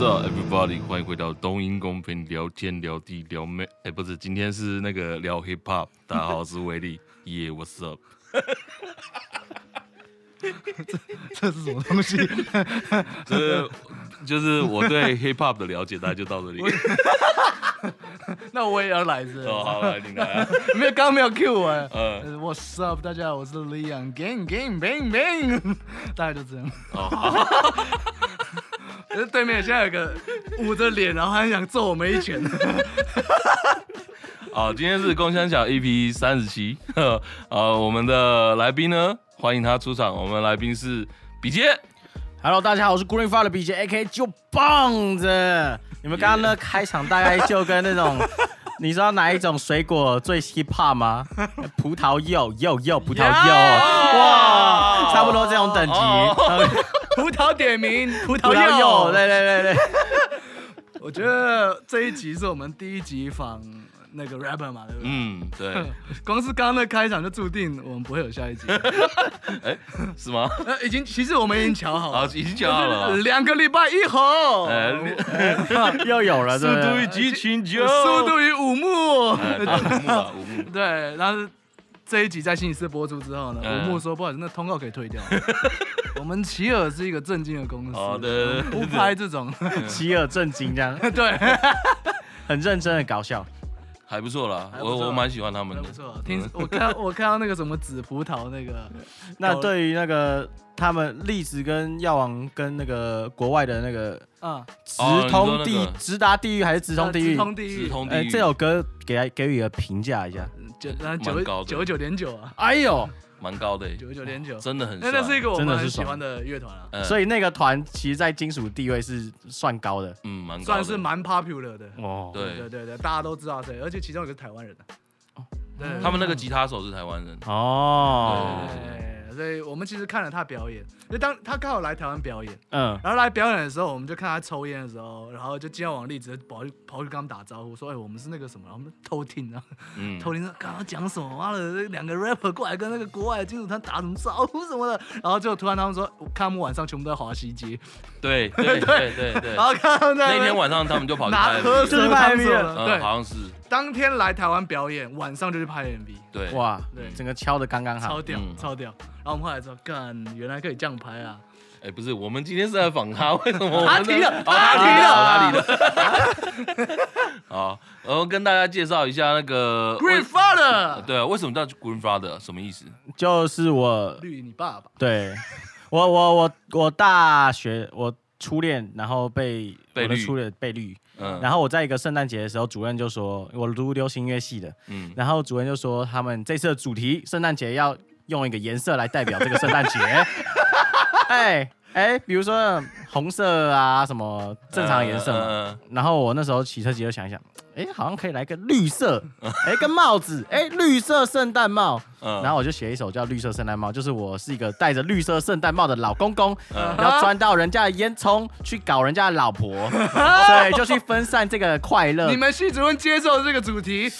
道理，欢迎回到冬阴功，陪你聊天聊地聊妹。哎，不是，今天是那个聊 hip hop。大家好，我是威力。 耶、yeah,，What's up？这是什么东西？这就是我对 hip hop 的了解，大家就到这里。 那我也要来是？哦，好了，你来啊。没有，刚刚没有 Q 我。嗯，呃 What's up？大家好，我是 Leon Gang Gang Bang Bang，大 概就这样。哦，好，可是 对面现在有个捂着脸，然后还想揍我们一拳。好，今天是工商小 EP 三十七。 呃，我们的来宾呢，欢迎他出场。我们来宾是比杰。 Hello，大家好，我是 Green Fire 的 BJ AK 就棒子。你们刚刚呢开场大概就跟那种， 你知道哪一种水果最 hip hop 吗？葡萄柚，柚柚，葡萄柚 Yeah 哇，差不多这种等级。呃哦葡萄点名，葡葡萄萄柚，柚。对对对对，我觉得这一集是我们第一集访那个 rapper 嘛，对不对？嗯， 对，光是刚刚那开场就注定我们不会有下一集。哎，是吗？呃，已经，其实我们已经瞧好好，了，已经讲哦好了。两个礼拜以后，哎，又有了，速对 不度与对？激情就速度与五幕。哎对五幕啊，五幕。对，然后这一集在星期四播出之后呢，嗯吴木说不好意思，那通告可以 退掉。我们奇尔是一个正经的公司，哦对对对不拍 这种，洗耳震惊，这样对，很认真的搞笑。还不错啦，还不错啊我我蛮喜欢他们还的不。错。听我看我看到那个什么紫葡萄那个，那对于那个他们栗子跟药王跟那个国外的那个啊，直哦你说那通地个直达地狱还是直通地狱直？通地直狱，嗯通哎地，狱这首歌给他给予一个评价一下。九然后蛮高九的九九点九啊，哎呦，蛮高的欸，九九点九，真的很帅。哎那那是一个我真们的是很喜爽欢的乐团啊，呃所以那个团其实，在金属地位是算高的嗯，蛮高算的嗯是蛮 popular 的。哦。对哦对对对，大家都知道谁，而且其中有个是台湾人的。对，他们那个吉他手是台湾人，哦，对，哎所以我们其实看了他表演，就当他刚好来台湾表演，嗯，然后来表演的时候，我们就看他抽烟的时候，然后就今天往栗子跑去跑去跟他们打招呼，说：“哎、我们是那个什么，然后我们偷听啊，嗯，偷听说刚刚讲什么？妈的，那两个 rapper 过来跟那个国外的金属团打什么招呼什么的。”然后就突然他们说，我看他们晚上全部都在华西街，对 对对对对然。后看他们在那天边晚上他们就跑去拿拍喝 MV 就是水拍 MV 了，了嗯，对，好像是当天来台湾表演，晚上就去拍 MV。对，哇对，整个敲的刚刚好超。屌，嗯超屌！然后我们后来说，干，原来可以这样拍啊！哎，不是，我们今天是在访 他，为什么我他们提在？了，哦他提了，提了，他提了。 好，然后跟大家介绍一下那个 Green Father，对啊，为什么叫 Green Father？什么意思？就是我，绿你爸爸，对 我我我我大学我初恋，然后被被我的绿初恋被绿，嗯然后我在一个圣诞节的时候，主任就说，我读流行音乐系的，嗯，然后主任就说他们这次的主题圣诞节要用一个颜色来代表这个圣诞 节，哎哎，比如说红色啊，什么正常颜色嘛。嗯嗯嗯然后我那时候骑车骑就想一想，哎，好像可以来个 绿色，哎，跟帽子，哎，绿色圣诞帽。嗯然后我就写一首叫《绿色圣诞帽》，就是我是一个戴着绿色圣诞帽的老公公，嗯然后钻到人家的烟囱去搞人家的 老婆，所以就去分散这个快乐你。们系主任接受这个主题，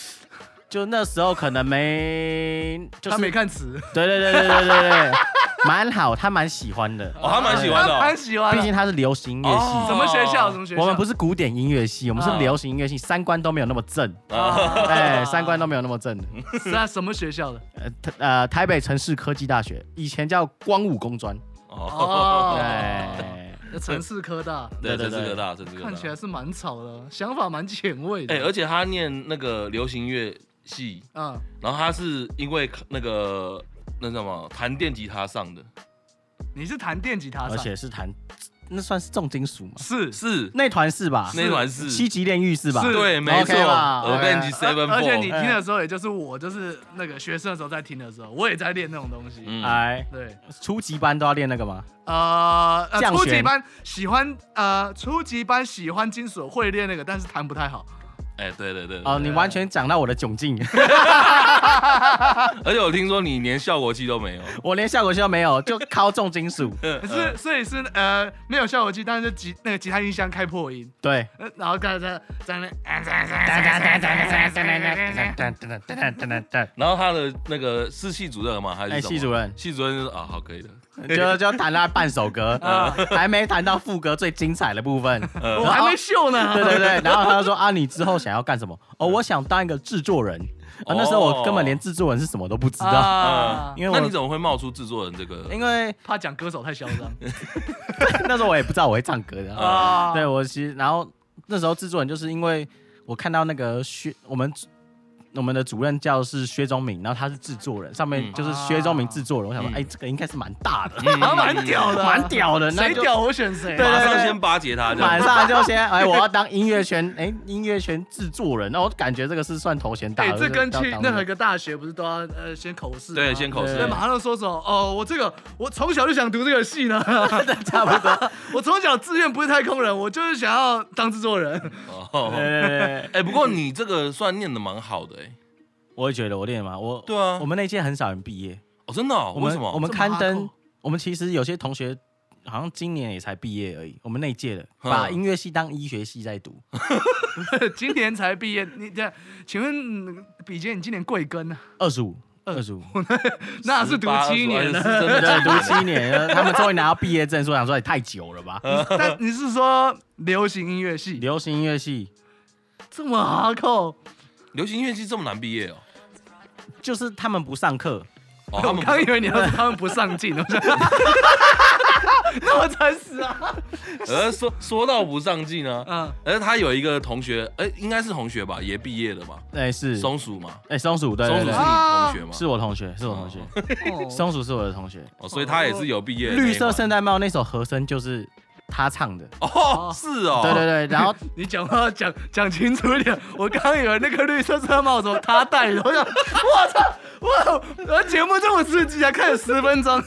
就那时候可能没，就他是没看词，对对对对对对对， 蛮好，他蛮喜欢的，哦，他蛮喜欢他的哦蛮。喜欢毕的。竟他是流行音乐系。哦什么学校？什么学校？我 们不是古典音乐系，我们是啊流行音乐系，三观都没有那么正，啊哎，三观都没有那么正。是啊，什么学 校的？呃，台呃，台北城市科技大学以前叫光武工专， 哦，哦，哎，城市科大，对，这对对是个大，这是个看起来大。是蛮吵的，想法蛮前卫的。哎，而且他念那个流行乐系，啊，然后他是因为那个那叫什么弹电吉他上的，你是弹电吉他而上，且是弹，那算是重金属吗？是是那团是吧？那团是哎七级炼狱是吧？是对，没错 OK 吧哎，Orange Seven 而且你 Four，听的时候，也就是我，就是那个学生的时候在听的时候，我也在练那种东西。嗯，哎，对，初级班都要练那个吗？呃，呃降初级弦班喜欢呃，初级班喜欢金属会练那个，但是弹不太好。哎，对对对，对哦，你完全讲到我的窘境，而且我听说你连效果器都没有，我连效果器都没 有，就靠重金属。嗯可是，所以是呃没有效果器，但是吉那个吉他音箱开破音，对，呃然后刚才在在那然后他的那个是系主任嘛，还哎，是什么系主任，哎系主任就是啊，好可以的，就就弹了半首 歌，啊还没弹到副歌最精彩的部分。呃我还没秀呢。呃对对对，然后他就说啊，你之后想要干什么？哦，嗯我想当一个制作人。哦啊，那时候我根本连制作人是什么都不知道，啊，因为那我你怎么会冒出制作人这个？因 为怕讲歌手太嚣 张那时候我也不知道我会唱歌的。啊。对我其实，然后那时候制作人就是因为我看到那个薛，我们我们的主任叫是薛忠明，然后他是制作人，上面嗯就是薛忠明制作人，我想说，嗯哎，这个应该是蛮大的，嗯啊，蛮屌的啊，蛮屌的，那谁就屌我选谁。啊哎对马对上先巴结他，这样晚上就先哎，我要当音乐圈哎音乐圈制作人，那我感觉这个是算头衔大哎，了，这跟就是去要当任何一个大学不是都要呃先口试吗？对，先口对试对，。马上就说什么哦，我这个我从小就想读这个系 呢，差不多。我从小志愿不是太空人，我就是想要当制作人。对哦对对对，哎，不过你这个算念的蛮好的，哎，我也觉得我练嘛，我对啊我们那届很少人毕业，哦，真的哦，我为们什我么？们这么刊哈登扣，我们其实有些同学好像今年也才毕业而已，我们那届的嗯把音乐系当医学系在读， 今年才毕业，你这请问嗯比肩，你今年贵庚呢？啊二十五。二十五，那是读七年是的，真对，的读七年，他们终于拿到毕业证书，想说也太久了吧？但你是说流行音乐系流行音乐系这么哈扣？流行音乐系这么难毕业哦？就是他们不上课，哦，他 我们刚以为你要说他们不上进，我想那我惨死啊！呃说说到不上进呢，嗯，而他有一个同学，哎，应该是同学吧，也毕业了吧？哎是，松鼠嘛，哎松鼠，对松对鼠是你对，同学吗？啊是我同学，是我同学，松鼠是我的同学。哦，所以他也是有毕业的那一绿色环圣诞帽那首和声就是他唱的，哦，是哦，对对对，然后你讲话要讲讲清楚一点。我刚以为那个绿色车帽子他戴的，我想，我操，我我节目这么刺激啊，看了十分钟。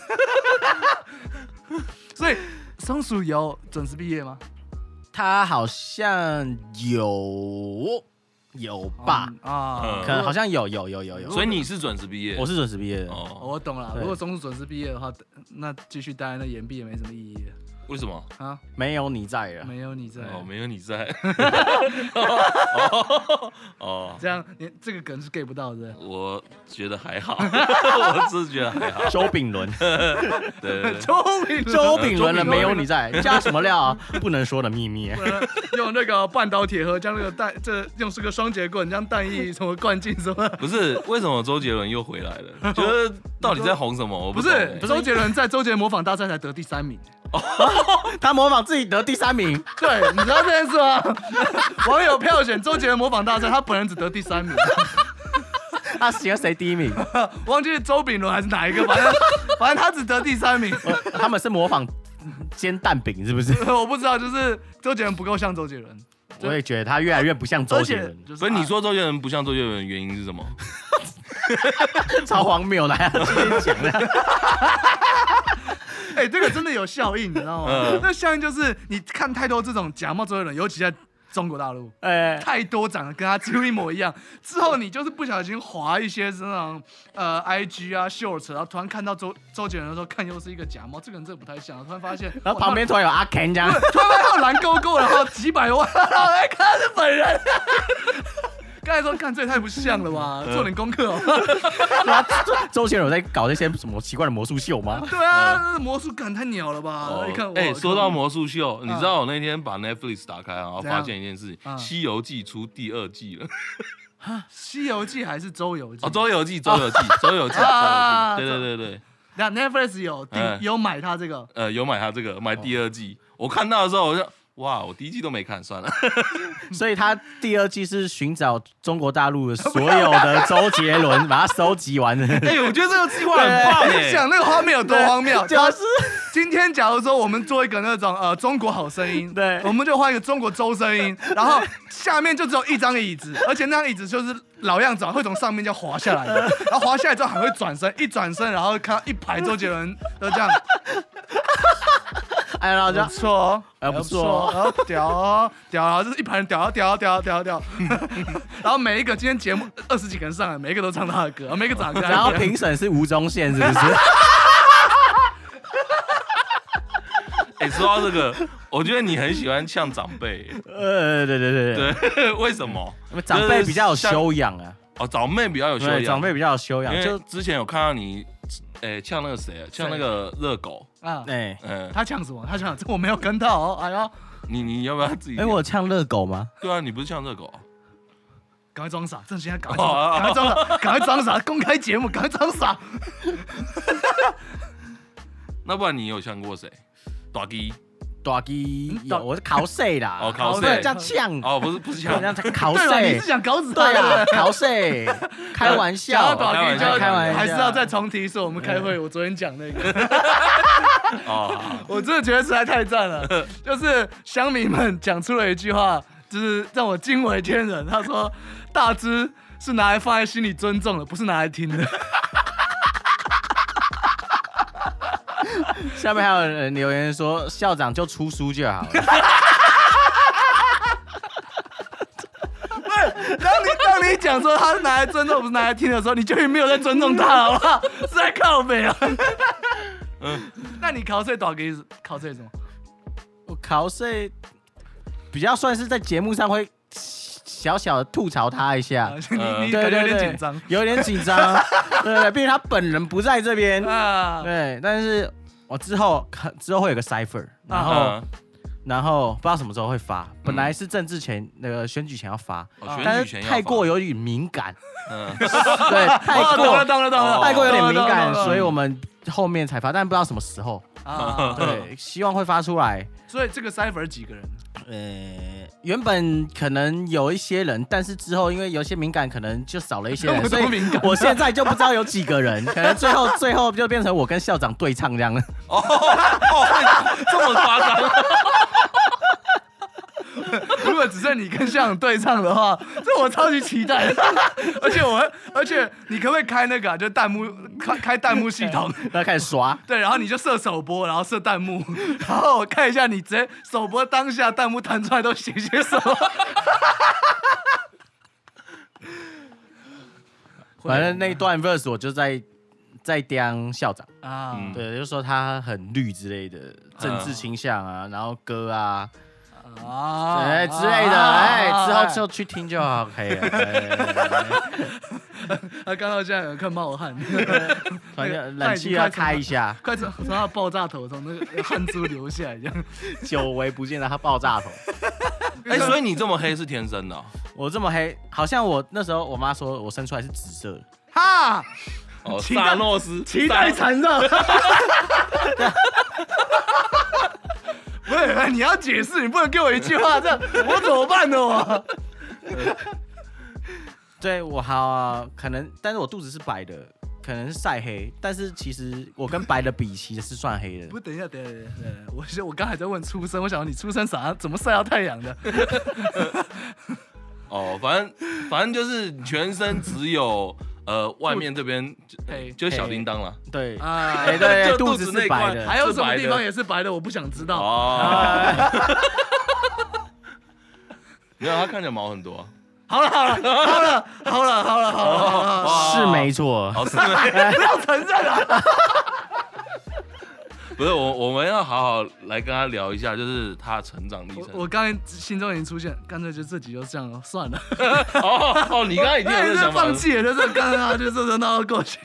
所以松鼠有准时毕业吗？他好像有有吧，嗯啊，嗯可能好像有有有有有，所以你是准时毕业，我是准时毕业的，哦，我懂了。对如果松鼠准时毕业的话，那继续待在那岩壁也没什么意义了为什么？啊，没有你在了，没有你在。哦，没有你 在。哦，这样你这个梗是 get 不到的，我觉得还好， 我是觉得还好。周炳 伦，对对对，周明周炳伦的没有你在，加什么 料啊？不能说的秘密，用那个半岛铁盒将那个弹，这用是个双节棍将弹液什么灌进什么？不是为什么周杰伦又回来了？觉得到底在红什么？我不懂是欸周杰伦在周杰伦模仿大赛才得第三名，他模仿自己得第三名， 对，你知道这件事吗？ 网友票选周杰伦模仿大赛，他本人只得第三名， 他喜欢谁第一名？忘记是周炳伦还是哪一个，反正反正他只得第三名。 我他们是模仿煎蛋饼是 不是？我不知道，就是周杰伦不够像周杰伦，我也觉得他越来越不像周而杰且伦，就是啊不是你说周杰伦不像周杰伦，原因是什么？超荒 谬来啊！讲的。 哎、这个真的有效应，你知道吗嗯？那效应就是你看太多这种假冒周杰伦，尤其在中国大陆，哎，太多长得跟他几乎一模一样。之后你就是不小心划一些这种呃 IG 啊 Shorts，然后突然看到周周杰伦的时候，看又是一个假冒，这个人真的不太像。突然发现，然后旁边突然有阿 Ken 这样，哇突然发现他有蓝勾勾，然后几百万，然后哎，看他是本人。刚才说看这也太不像了吧，嗯做点功课好不好 然后周 周杰伦有在搞那些什么奇怪的魔术 秀吗？对啊，魔术感太鸟了吧？你看，嗯哎，哇说到魔术秀，你嗯知道我那天把 Netflix 打开，然后怎样发现一件事情，嗯《西游记》出第二季了。 《西游记》还是《周游记》哦，《周游记》，《周游记》，《周游记》，《周啊游记》，对对对对，那 Netflix 有订、哎有买他这个，呃，有买他这个，买第二季。我看到的时候，我就哇，我第一季都没看，算了。所以他第二季是寻找中国大陆的所有的周杰伦，把它收集完的。哎、我觉得这个计划很棒我哎、想那个画面有 多 荒谬。 就他是今天假如说我们做一个那种呃中国好声音，对我们就换一个中国周 声音，然后下面就只有一张椅子，而且那张椅子就是老样子啊，会从上面这样滑下呃来的，然后滑下来之后还会转身，一转身然后看到一排周杰伦都这样，哎，然后就不错哦，哎不错哦然后屌哦屌哦，就是一排人屌哦屌哦屌哦屌哦屌哦， 然后每一个今天节目二十几个人上来，每一个都唱他的歌，每一个长得跟他一然后样评审是吴宗宪，是不是？ 哎、说到这个，我觉得你很喜欢呛长辈、呃，对对对对哎对，为什么？对，长辈比较有修养啊，哦，长辈比较有修对，养，长辈比较有修养，因为就之前有看到你哎，呛那个谁啊，呛那个热狗，啊，哎嗯，他抢什么？他抢这我没有跟到哦，哎呦，你你要不要自己？哎，我呛热狗吗？对啊，你不是呛热狗啊，赶快装傻，趁现在赶快哦哦哦装，赶快装傻，赶快装傻，公开节目，赶快装傻。那不然你有呛过谁？打鸡大鸡嗯，大有我是考试啦，哦考试不能这样呛，哦，不是不是不呛能这，样呛 考对了，你是试，想搞死他对呀？啊，考试，开 玩想要笑，搞给你就开玩笑还是要再重提一次。我们开会，我昨天讲那个，哦，好我真的觉得实在太赞了。就是乡民们讲出了一句话，就是让我惊为天人。他说：“大只是拿来放在心里尊重的，不是拿来听的。 下面还有人留言说，校长就出书就好 了。当你当你讲说他是拿来尊重，不是拿来听的时候，你就已经没有在尊重他，好不 好？是在靠北啊。那你考这多少个意思？考这什么？我考试比较算是在节目上会小小的吐槽他一下，啊你你对感觉对对，有点紧张，有点紧张， 对对对，毕竟他本人不在这边，啊。对，但是我之后之后会有个 cipher，然啊后、嗯然后不知道什么时候会发，嗯本来是政治前那个选举前要发，哦选举但是前要太发过有点敏 感，嗯， 对，太哦，懂过了，懂了，懂了， 太过有点懂了敏感，懂了懂了所以我们后面才发，但不知道什么时候，啊，对，希望会发出来。所以这个 cipher 几个人？呃，原本可能有一些人，但是之后因为有些敏感，可能就少了一些 人，这么所多以敏感我现在就不知道有几个人，可能最后 最后就变成我跟校长对唱这样了。 哦哦，这么夸张， 如果只剩你跟校长对唱的话， 这我超级期待 的。而且我，而且你可不可以开那个、啊，就弹幕开开弹幕系统？ 然后开始刷，对，然后你就设首播，然后设弹幕， 然后我看一下你直接首播当下弹幕弹出来都写些什么。 啊反正那一段 verse 我就在在当校长，啊，嗯对，就说他很绿之类的政治倾向啊，然后歌啊，啊哎之类的，哎，之后就去听就好，可以了。 哎他啊刚到现在有人看冒汗， 反正冷气要开一下，快从从他的爆炸头从那个汗珠流下来，这样。久违不见的他爆炸头。哎，所以你这么黑是天生的哦，我这么黑，好像我那时候我妈说我生出来是紫色的，哈， 哦，期待萨诺斯，期待萨缠绕。不是，你要解释，你不能给我一句话，这 样我怎么办呢？我对我好、可能，但是我肚子是白的，可能是晒黑，但是其实我跟白的比，其实是算黑的不，。等一下，等一下，等一下等一下，我是我刚才在问出生，我想你出生啥怎么晒到太阳的？哦，反正反正就是全身只有呃外面这边黑就就小叮当了。对，哎、啊， 对 就对，肚肚子子那是一块白的。还有什么地是白方的也是白的？我不想知道。哦， 没有，他看起来毛很多啊。好了，好了，好了，好了，好了，好了，好了，哇是没错，哦，是没，不要承认啊！ 不是我，我们要好好来跟他聊一下，就是他的成长历程。我我刚才心中已经出现，干脆就自己就这样了，算了。 哦哦，你刚刚已经有这个哎想法 放了，弃了，就是刚刚就是让他过 去，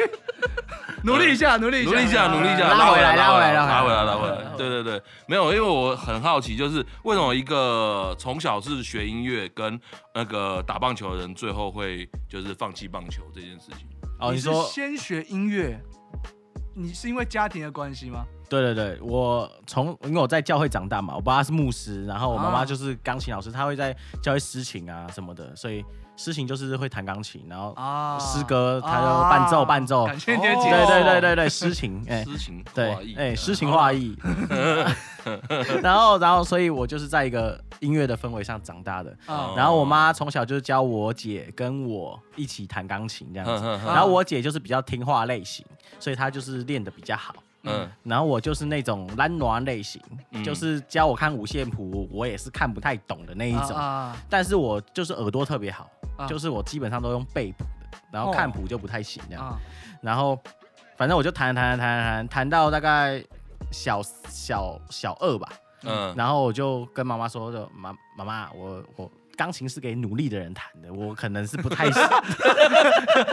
努力一下，嗯努力一下，努力一下，努力一下，拉回来拉来，拉拉回回来，来拉拉回回来来。对对对，没有，因为我很好奇，就是为什么一个从小是学音乐跟那个打棒球的人，最后会就是放弃棒球这件事情？哦，你是说先学音乐，你是因为家庭的关系吗？对对对，我从因为我在教会长大嘛，我爸是牧师，然后我妈啊妈就是钢琴老师，她会在教会诗情啊什么的，所以诗情就是会弹钢琴，然后啊，诗歌他就伴奏啊伴奏感谢你的哦解对释。对对对对，诗情，哎、诗情对画意，，哎、诗哦情画 意。然后，然后，所以我就是在一个音乐的氛围上长大的。啊然后我妈从小就是教我姐跟我一起弹钢琴这样嗯子。嗯嗯然后我姐就是比较听话类型，所以她就是练得比较好。嗯然后我就是那种懒暖类型，嗯就是教我看五线谱，我也是看不太懂的那一种。啊但是我就是耳朵特别好，啊就是我基本上都用背谱的，然后哦看谱就不太行这样。啊然后反正我就弹弹弹弹弹弹到大概小小小二吧，嗯，然后我就跟妈妈说的，妈妈妈，我我钢琴是给努力的人弹的，我可能是不太行，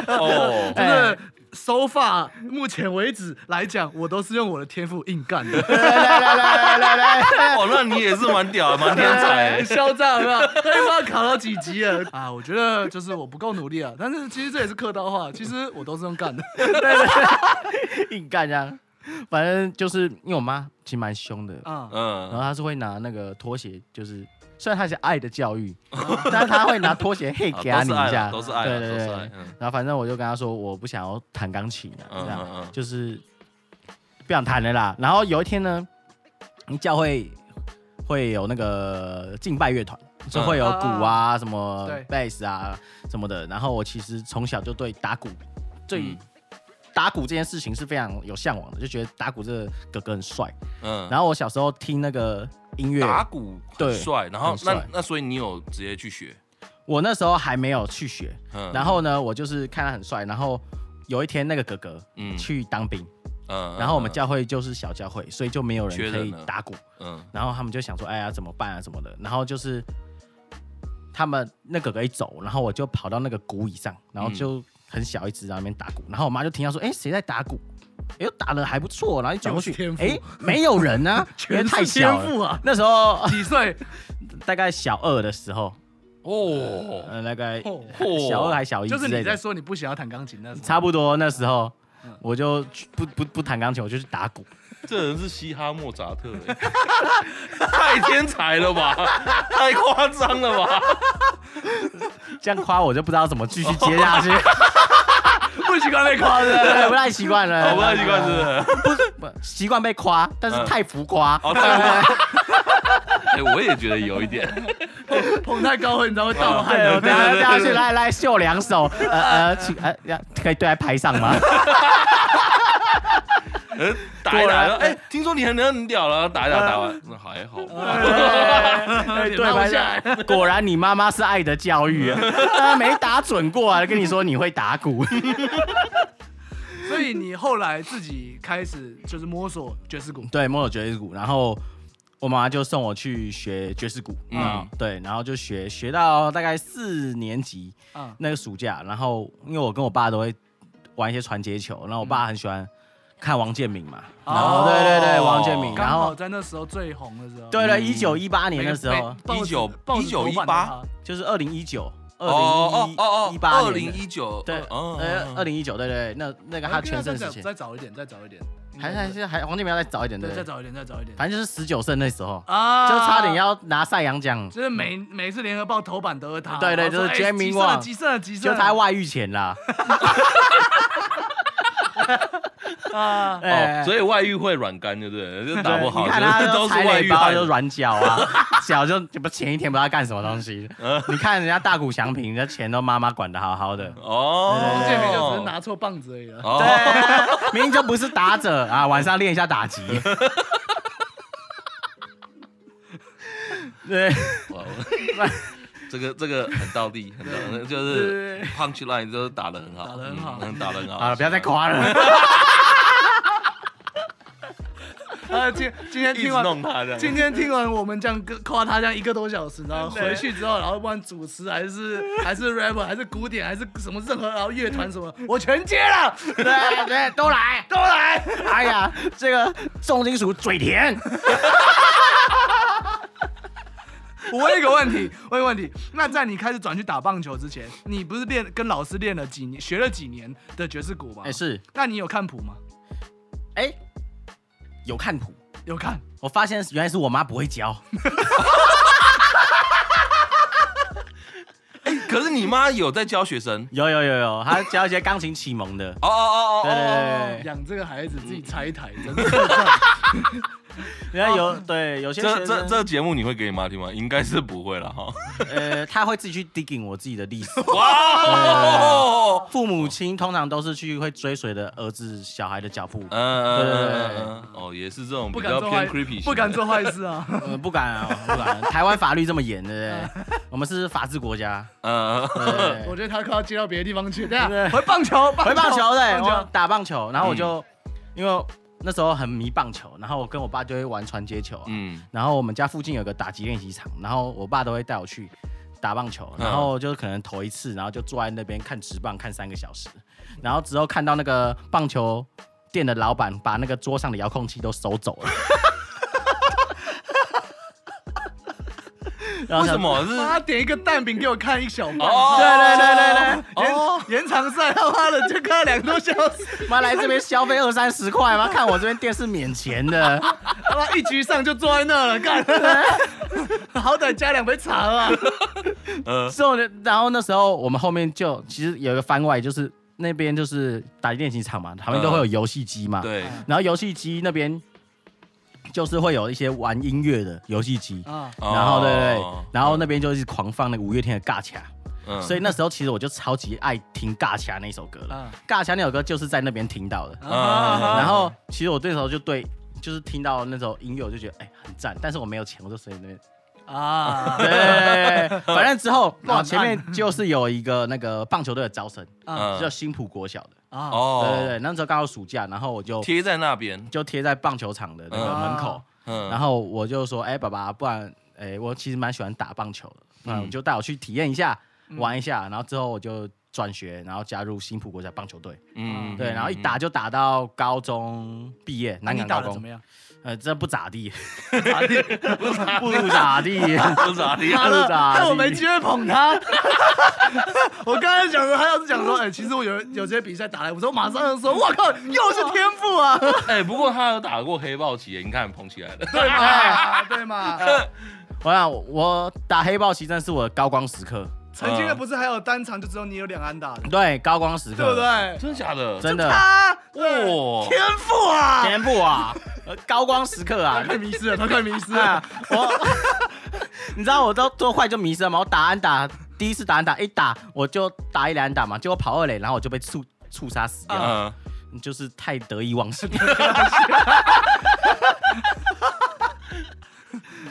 哦，就是手法目前为止来讲，我都是用我的天赋硬干 的。来来来来来来来，哦，那你也是蛮屌的，蛮天才很的。嚣张，有没有？对方哎考到几级了？啊，我觉得就是我不够努力啊。但是其实这也是客套话，其实我都是用干的。硬干这样。反正就是因为我妈其实蛮凶的，啊，然后嗯，她是会拿那个拖鞋，就是虽然她是爱的教育，但是她会拿拖鞋嘿啊给她你都是爱啦，一下，都是爱啦，对对都是对爱。。嗯然后反正我就跟她说我不想要弹钢琴了，嗯这样嗯嗯就是不想弹了啦。然后有一天呢，教会会有那个敬拜乐团，就会有鼓哦啊、什么对贝斯啊什么的。然后我其实从小就对打鼓对嗯打鼓这件事情是非常有向往的，就觉得打鼓这个哥哥很帅。嗯，然后我小时候听那个音乐，打鼓很对帅，然后很帅那那所以你有直接去学，我那时候还没有去学。嗯，然后呢，我就是看他很帅，然后有一天那个哥哥嗯去当兵，嗯，然后我们教会就是小教会，所以就没有缺人可人以了打鼓。嗯 然后他们就想说，哎呀，怎么办啊，什么的。然后就是他们那哥哥一走，然后我就跑到那个鼓椅上，然后就很小一只，然后那边打鼓。然后我妈就听到说，哎，谁在打鼓？哎呦，打的还不错。然后一转过去就是天，赋哎，没有人啊，因为全太是小天了。赋啊！那时候呃几岁？大概小二的时候，哦，呃，大概哦 小二还小一之就是类你在的，说你不想要弹钢琴那时候差不多那时候。我就去不不不弹钢琴，我就去打鼓。这人是嘻哈莫扎特欸， 太天才了吧， 太夸张了吧，这样夸我就不知道怎么继续接下去，不习惯被夸的。对不太习惯了，好哦不太习惯是不是？不习惯被夸，但是太浮夸。哦，太夸张。哎，我也觉得有一点，捧太高了，你知道会盗汗哦对，的。我等一下等一下去来来秀两手，呃呃，请呃要可以对外拍上吗？ 呃打一果打，然说哎，嗯听说你很能很屌了，打一打，打完那还好吧，对对拍拍下来果然你妈妈是爱的教育， 呃没打准过啊，跟你说你会打 鼓， 所以你后来自己开始就是摸索爵士鼓，对，摸索爵士鼓，然后。我妈妈就送我去学爵士鼓，嗯嗯，对，然后就学学到大概四年级啊那个暑假，然后因为我跟我爸都会玩一些传接球，然后我爸很喜欢看王建民嘛，然后哦对对对，王建民，刚然后好在那时候最红的时候。对了，嗯一九一八年的时候，被， 19报纸1918，报纸就是二零一九、二哦零 哦哦一一八、二零一九，对，哦呃，二零一九，对对，对那那个头版他啊应该全再盛早时期，再早一点，再早一点，还还是还黄建明要再早一点，对对，不再对，早一点，再早一点反正就是十九胜那时候，啊就差点，要拿赛扬奖，就是每每次联合报头版都是他，对对然后说就是 Jamie 哎 Wong 急胜了，急胜啊就了，他外遇前啦， 啊，哦，哎，所以外遇会软干，对不对？就打不好，你看他就是都都是踩外垒遇包汉就软脚啊， 脚就不前一天不知道干什么东 西。嗯你看人家大谷翔平，人家钱都妈妈管的好好的，哦，王建民就只是拿错棒子 而已了。哦，对，明明就不是打者啊，晚上练一下打击。对，哇我哦 这个这个很到地，很到，就是 punch line 都打得很好，打得很好嗯打得很好。好了，不要再夸了。啊，今今天一直听完弄他这样。今天听完我们这样跟夸他这样一个多小时，然后真的回去之后，然后不管主持还是 还是 rapper 还是古典还是什么任何然后乐团什么，我全接了。 对对，都来都来。哎呀，这个重金属嘴甜。我问一个问题，问一个问题，那在你开始转去打棒球之前，你不是练跟老师练了几年，学了几年的爵士鼓吗？哎，是那你有看谱吗？哎，有看谱。有看。我发现原来是我妈不会教，可是你妈有在教学生？有有有有，她教一些钢琴启蒙的。哦哦哦哦对哦，对对对，养这个孩子自己拆台，真的是嗯这样。然后有对有些这学这生，这节目你会给你妈听吗？应该是不会了 哈。呃，他会自己去 digging 我自己的历史。哇，父母亲通常都是去会追随的儿子小孩的脚步嗯，嗯对对嗯对嗯，哦，也是这种不比敢较做 偏坏 creepy，型的不敢做坏事啊。呃，不敢啊，不敢。台湾法律这么严，对不对？我们是法治国家，嗯，对 对我觉对得他快要接到别的地方去。等一对下回棒球，回棒球对，棒我球打棒球，然后我就因为那时候很迷棒球，然后我跟我爸就会玩传接球啊，嗯 然后我们家附近有个打击练习场，然后我爸都会带我去。打棒球，然后就可能投一次，然后就坐在那边看直棒看三个小时，然后之后看到那个棒球店的老板把那个桌上的遥控器都收走了。然后为什？想么是？妈点一个蛋饼给我看一小半，哦对对对对对，哦，延延长赛他妈的就看了两个多小时，妈来这边消费二三十块吗？看我这边店是免钱 的，他妈一局上就坐在那了，干，好歹加两杯茶吧。 呃，之后呢，然后那时候我们后面就其实有一个番外，就是那边就是打击练习场嘛，旁边都会有游戏机 嘛，嗯呃对，然后游戏机那边就是会有一些玩音乐的游戏机，啊，然后对对哦，然后那边就是狂放那个五月天的《尬卡》，嗯所以那时候其实我就超级爱听《尬卡》那首歌了，《尬卡》那首歌就是在那边听到的，啊 然后其实我那时候就对。就是听到那首音乐，我就觉得哎、很赞，但是我没有钱，我就随便那边啊对， 反正之后乱往按前面就是有一个那个棒球队的招生，啊叫新浦国小的。嗯啊！哦，对对对，那时候刚好暑假，然后我就贴在那边，就贴在棒球场的那个门口，嗯，然后我就说：“哎、爸爸，不然，哎、我其实蛮喜欢打棒球的，嗯那你就带我去体验一下，玩一下。”然后之后我就转学，然后加入新浦国小棒球队。嗯对，然后一打就打到高中毕业，那南你港打高的怎工么。样？呃，这不咋地， 打的，不咋地，不咋地 啊妈的，不咋地但我没机会捧他。我刚才讲的，他要是讲说，哎，其实我有有些比赛打来，我说马上就说，我靠，又是天赋啊！哎，不过他有打过黑豹旗耶，你看捧起来了，对嘛，对嘛。我想我打黑豹棋真是我的高光时刻，曾经的不是还有单场就只有你有两安打的，对，高光时刻，对不？对？真的假的？真的，啊，哇对天赋啊！天赋啊，呃高光时刻他啊！快迷失了， 他快迷失了啊。，我， 你知道我都做坏就迷失了嘛，我打安打，第一次打安打一打我就打一两打嘛，结果跑二垒，然后我就被触触杀死掉，嗯，就是太得意忘形。 嗯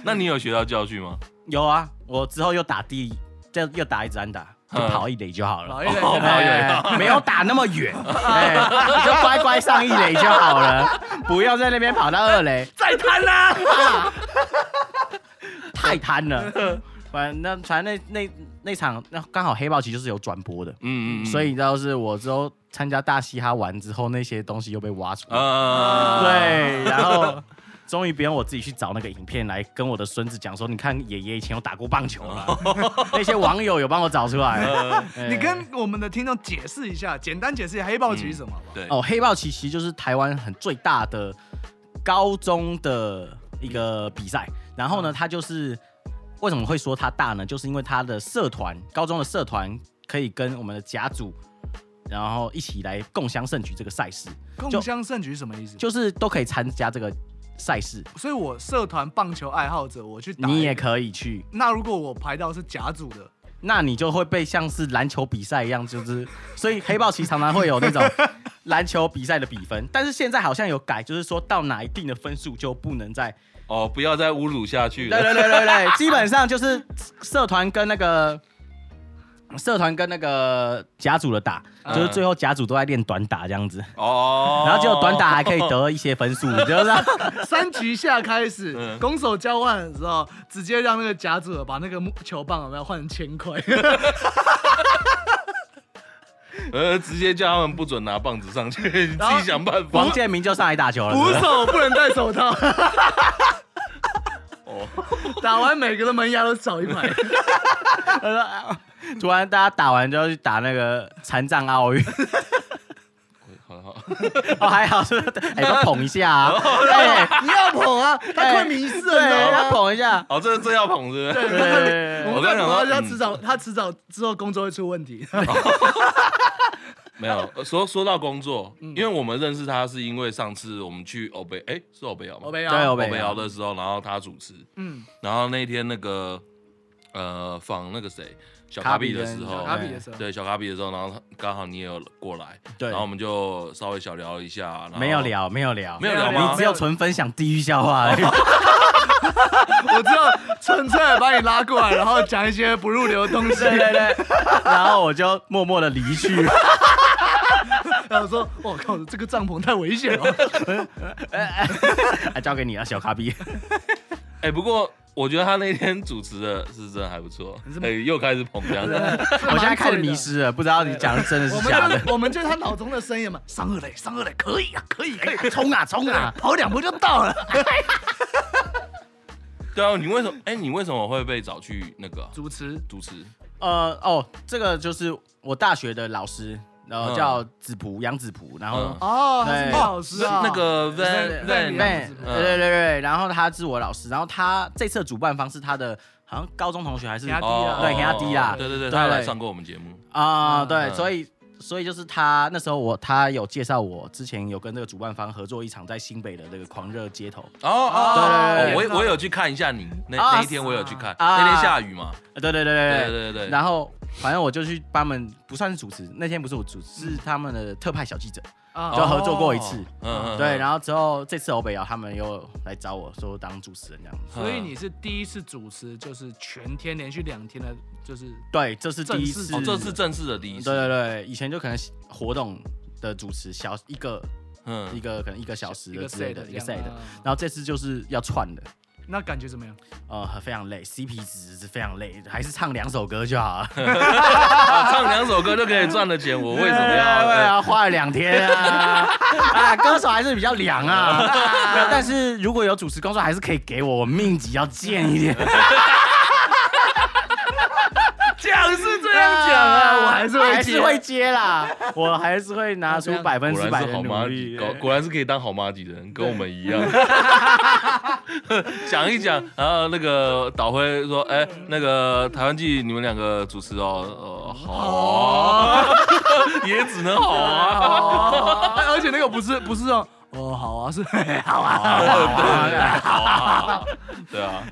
那你有学到教训吗？有啊，我之后又打第一，再又打一支安打，就跑一垒就好了。嗯老一人哦跑一垒哎没有打那么远，哎你就乖乖上一垒就好 了，不要在那边跑到二垒，再贪啦！ 太贪了。反正那反正那那那场那刚好黑豹旗就是有转播的，嗯嗯，所以你知道是我之后参加大嘻哈完之后，那些东西又被挖出来，呃，对，然后终于不用我自己去找那个影片来跟我的孙子讲说，你看爷爷以前有打过棒球 了，那些网友有帮我找出来。哎 你跟我们的听众解释一下，简单解释一下黑豹局是什么好不好？对，哦，黑豹旗其实就是台湾很最大的高中的一个比赛。然后呢，它就是为什么会说它大呢？就是因为它的社团，高中的社团可以跟我们的甲组，然后一起来共襄盛举这个赛事，共襄盛举是什么意思？就是都可以参加这个赛事。所以，我社团棒球爱好者，我去打。你也可以去，那如果我排到是甲组的， 那你就会被像是篮球比赛一样，就是所以黑豹旗常常会有那种篮球比赛的比分，但是现在好像有改，就是说到哪一定的分数就不能再哦，不要再侮辱下去对了。对对对对，基本上就是社团跟那个社团跟那个甲组的打，嗯就是最后甲组都在练短打这样子，哦，然后结果短打还可以得一些分数，就是三局下开始嗯攻守交换的时候，直接让那个甲组的把那个球棒有没有换成千块？ 呃，直接叫他们不准拿棒子上去，你自己想办法王。建民就上来打球了。捕是不是手不能戴手套，哦，打完每个的门牙都少一排。他说啊突然大家打完就要去打那个残障奥运，好好，哦还好是不是，哎要捧一下啊，哎你要捧啊，他快迷失了，你知对要道吗？捧一下，哦，这这要捧是不对是？他快迷对我我们刚再想捧说到他嗯迟早，他迟早之后工作会出问题。没有呃说说到工作，因为我们认识他是因为上次我们去欧北，哎，是欧北窑吗？我没有，对欧欧北北窑窑的时候，然后他主持，嗯，然后那天那个呃访那个谁小卡卡比比的跟时小候，卡比的时候，对小卡比的时候，然后他刚好你也有过来，对然后我们就稍微小聊一下，然后没有，聊没有聊没有聊你吗只？有纯分享地狱笑话而已。我知道，纯粹把你拉过来，然后讲一些不入流的东西。对对对， 然后我就默默的离去。然后说，我靠，这个帐篷太危险了。 啊哎，交给你了，小卡比。哎，不过我觉得他那天主持的是真的还不错，是哎、又开始捧姜了。我现在开始迷失了，不知道你讲的真的我是们假的。就是我们就是他脑中的声音嘛，上二垒，上二垒，可以啊，可以，可以，冲啊冲啊！ 跑两步就到了。对啊，你为什么？哎、你为什么会被找去那个啊主持主持？ 呃，哦，这个就是我大学的老师，然后嗯叫子璞，杨子璞，然后嗯哦，他对是老师啊，那个 Van Van 嗯对对对对对对对，然后他是我老师，然后他这次的主办方是他的好像高中同学还是给他低哦啊，对给他低啦对对对，对他有来上过我们节目。啊、对，嗯所以所以就是他那时候我他有介绍我之前有跟这个主办方合作一场在新北的这个狂热街头，哦哦，对对对我我有去看一下你那啊那一天，我有去看，啊那天下雨嘛。呃对对对对对对对对，然后反正我就去帮他们不算是主持，那天不是我主持，是他们的特派小记者，啊就合作过一次哦。嗯嗯，对，然后后之后这次欧北瑶他们又来找我说当主持人这样子，所以你是第一次主持，就是全天连续两天的，就是对，这是第正一次，式哦，这是正式的第一对次。对对，以前就可能活动的主持小一个一嗯，个可能一个小时一的个之类 set 的这一个样 set，啊然后这次就是要串的，那感觉怎么样？呃，非常累，CP 值是非常累，还是唱两首歌就好了。啊唱两首歌就可以赚了钱，我为什么对要？呃啊，花了两天 啊，啊，歌手还是比较凉 啊。没有但是如果有主持工作，还是可以给我，我命级要贱一点。讲是这 这样讲啊，我还是会哎还接是。会接啦，我还是会拿出百分果之然百是的好努妈力吉，。果果然是可以当好妈吉的人，跟我们 一样。讲一讲，然后那个导辉说：“哎、那个台湾记你们两个主持哦，呃，好啊、 也只能好啊。 哦， 而且那个不是不是哦，哦好 啊是好啊，对，好啊，对啊。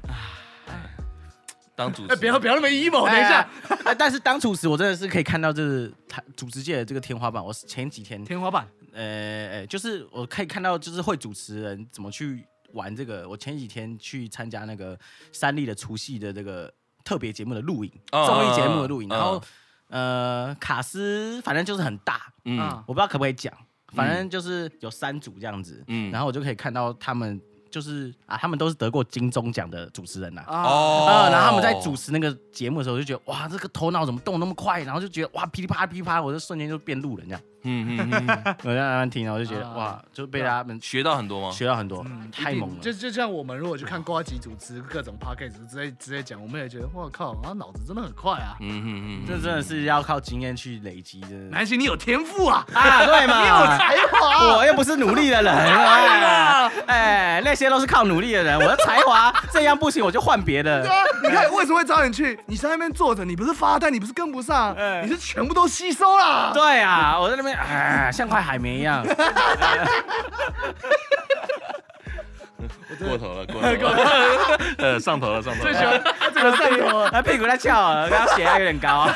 当主持、哎不要不要那么 emo，等哎一呀下，，哎但是当主持，我真的是可以看到这个台主持界的这个天花板。我是前几天天花板呃，呃，就是我可以看到，就是会主持人怎么去玩这个。我前几天去参加那个三立的除夕的这个特别节目的录影，嗯综艺节目的录影，嗯然后呃，卡斯反正就是很大，嗯啊，我不知道可不可以讲，反正就是有三组这样子，嗯然后我就可以看到他们就是啊，他们都是得过金钟奖的主持人呐、啊。啊，哦呃，然后他们在主持那个节目的时候，我就觉得哇，这个头脑怎么动那么快？然后就觉得哇，噼里啪啦噼里啪啦，我就瞬间就变路人这样。嗯嗯嗯，我在慢慢听，然后就觉得、啊哇，就被他们学到很多吗？学到很多，嗯太一定猛了就。就像我们如果去看瓜吉主持各种 podcast 之类之类讲，我们也觉得哇靠，他脑子真的很快啊，嗯嗯这真的是要靠经验去累积，真的南希你有天赋啊， 啊，对你有嘛，才华啊，我又不是努力的人， 哎，哎那些都是靠努力的人，我的才华这样不行，我就换别的对。啊，你看为什么会找你去？你在那边坐着，你不是发呆，你不是跟不上，哎你是全部都吸收啦。对啊，我在那边哎，像块海绵一 样。嗯，过头了，过 头了， 呃，上头了，上头了。最喜欢这个上 头。啊，屁股在翘啊，刚刚血压有点高。啊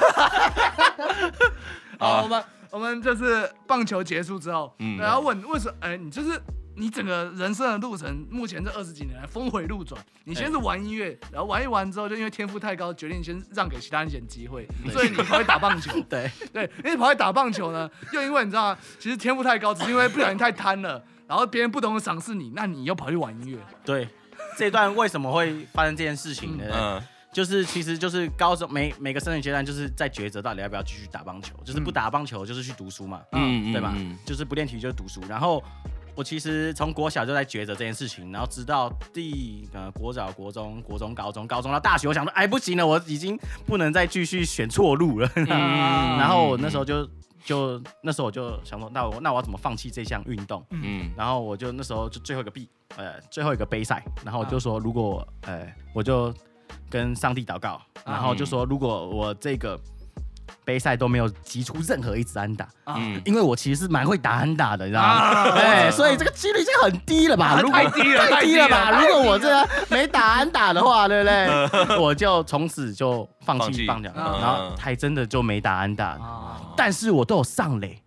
好，我们我们就是棒球结束之后，嗯然后问为什么？哎，你就是你整个人生的路程，目前这二十几年来峰回路转。你先是玩音乐，哎然后玩一玩之后，就因为天赋太高，决定先让给其他人一点机会，嗯所以你才会打棒球。对， 对，因为跑去打棒球呢，又因为你知道吗？其实天赋太高，只是因为不小心太贪了，然后别人不懂得赏识你，那你又跑去玩音乐。对，这段为什么会发生这件事情呢？嗯就是其实就是高中每每个生命阶段，就是在抉择到底要不要继续打棒球，就是不打棒球就是去读书嘛。嗯，对吧？就是不练体育就是读书。然后我其实从国小就在抉择这件事情，然后直到第呃国小、国中、国中、高中、高中到大学，我想说，哎，不行了，我已经不能再继续选错路了。嗯 然后我那时候就就那时候我就想说，那我那我要怎么放弃这项运动？嗯然后我就那时候就最后一个 B，呃，最后一个杯赛，然后我就说，如果呃，我就跟上帝祷告，然后就说，如果我这个杯赛都没有击出任何一支安打，嗯，因为我其实是蛮会打安打的，你知道吗？啊对，所以这个几率就很低了吧？如 果太低了太低了吧？太低了啊如果我这个没打安打的话，对不对？我就从此就放放弃弃棒球，嗯然后还真的就没打安打，啊，但是我都有上垒。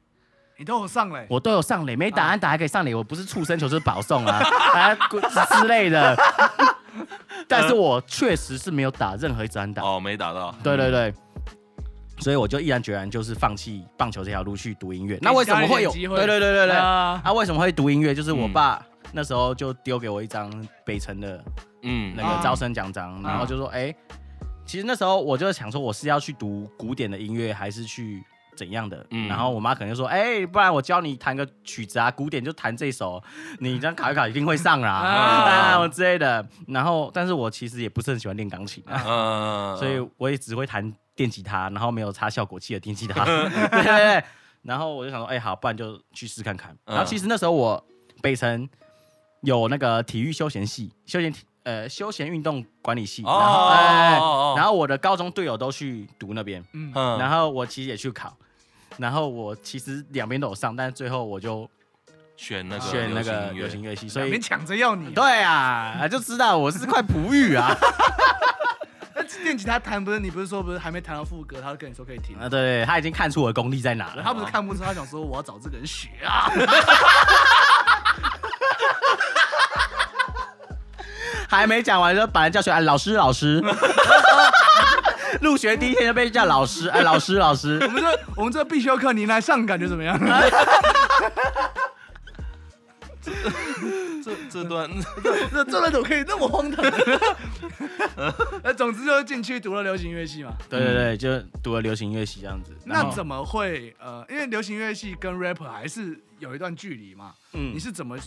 你都有上嘞，我都有上垒，没啊打安打还可以上垒，我不是畜生球就是保送 啊啊之类的。但是我确实是没有打任何一支安打，哦，没打到。对对对，所以我就毅然决然就是放弃棒球这条路去读音乐。那为什么会有？给其他人一点机对会对对对对，啊啊，为什么会读音乐？就是我嗯爸那时候就丢给我一张北辰的嗯那个招生奖章，然后就说，哎、其实那时候我就想说，我是要去读古典的音乐，还是去怎样的？嗯然后我妈可能就说，哎、不然我教你弹个曲子啊，古典就弹这首，你这样考一考一定会上啦，啊啊之类的。然后，但是我其实也不是很喜欢练钢琴啊，呃所以我也只会弹电吉他，然后没有插效果器的电 吉他。对对对。然后我就想说，哎、好，不然就去试看看。嗯然后其实那时候我北城有那个体育休闲系、休闲体呃休闲运动管理系，然后哎、哦然后我的高中队友都去读那边，嗯，嗯然后我其实也去考，然后我其实两边都有上，但是最后我就选那个选那个流流行行乐，乐系，所两以边抢着要你，对啊，就知道我是块璞玉啊。 电吉他弹不是你不是说不是还没弹到副歌，他就跟你说可以停。啊，对，他已经看出我的功力在哪了。他不是看不出，他想说我要找这个人学啊。还没讲完就把人叫出来，哎老师老师。 入学第一天就被叫老师，哎，老师老师，我们这我们这必修课您来上，感觉怎么样？这这段 那这段怎么可以那么荒唐？ 呃，总之就是进去读了流行乐系嘛。对对对，就读了流行乐系这样子。然那后怎么会呃，因为流行乐系跟 rapper 还是有一段距离嘛？嗯你是怎么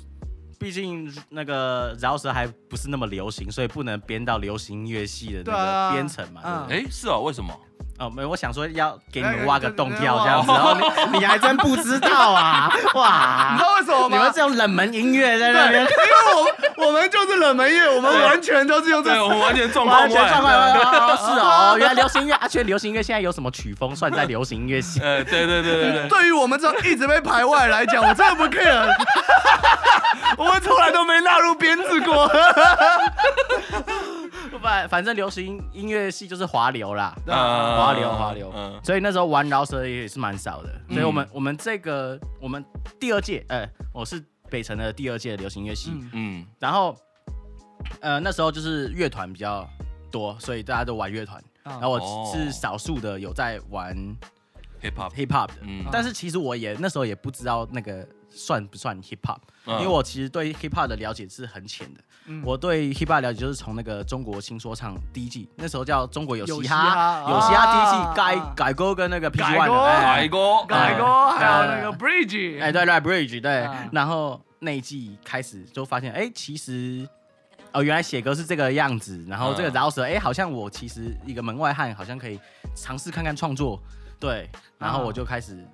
毕竟那个饶舌还不是那么流行，所以不能编到流行乐系的那对啊个编程嘛。嗯对不对哎是哦，为什么？哦，没有，我想说要给你们挖个洞跳这样子，哎然后 你你还真不知道 啊，你知哇！道为什么你们吗？这种冷门音乐在那对，因 边为我我们就是冷门乐，我们完全都是用这对我们完全状况完全撞外。坏哦，是 哦，原来流行乐啊，其实流行乐现在有什么曲风算在流行乐系？ 呃，对对对对对，对于我们这种一直被排外来讲，我真的不 care。我们从来都没纳入编制 过。反反正流行音乐系就是滑流啦，呃滑流滑流嗯，所以那时候玩饶舌也是蛮少的。嗯所以我们我们这个我们第二届，呃，我是北城的第二届的流行乐系，嗯嗯然后呃那时候就是乐团比较多，所以大家都玩乐团，啊然后哦我是少数的有在玩，hip 哦 hop， hip hop 的，嗯但是其实我也那时候也不知道那个算不算 hip hop，、嗯因为我其实对 hip hop 的了解是很浅的。嗯我对 hip hop 了解就是从那个中国新说唱第一季，那时候叫中国有有嘻嘻哈，哈有嘻哈第一季啊改、啊改歌跟那个 PG 改 One 的，歌改哎歌，改嗯哥，还有对那个 Bridge，哎嗯对对 Bridge 对，啊然后那一季开始就发现哎其实。哦，原来写歌是这个样子，然后这个嗯饶舌，哎、好像我其实一个门外汉，好像可以尝试看看创作，对，然后我就开始，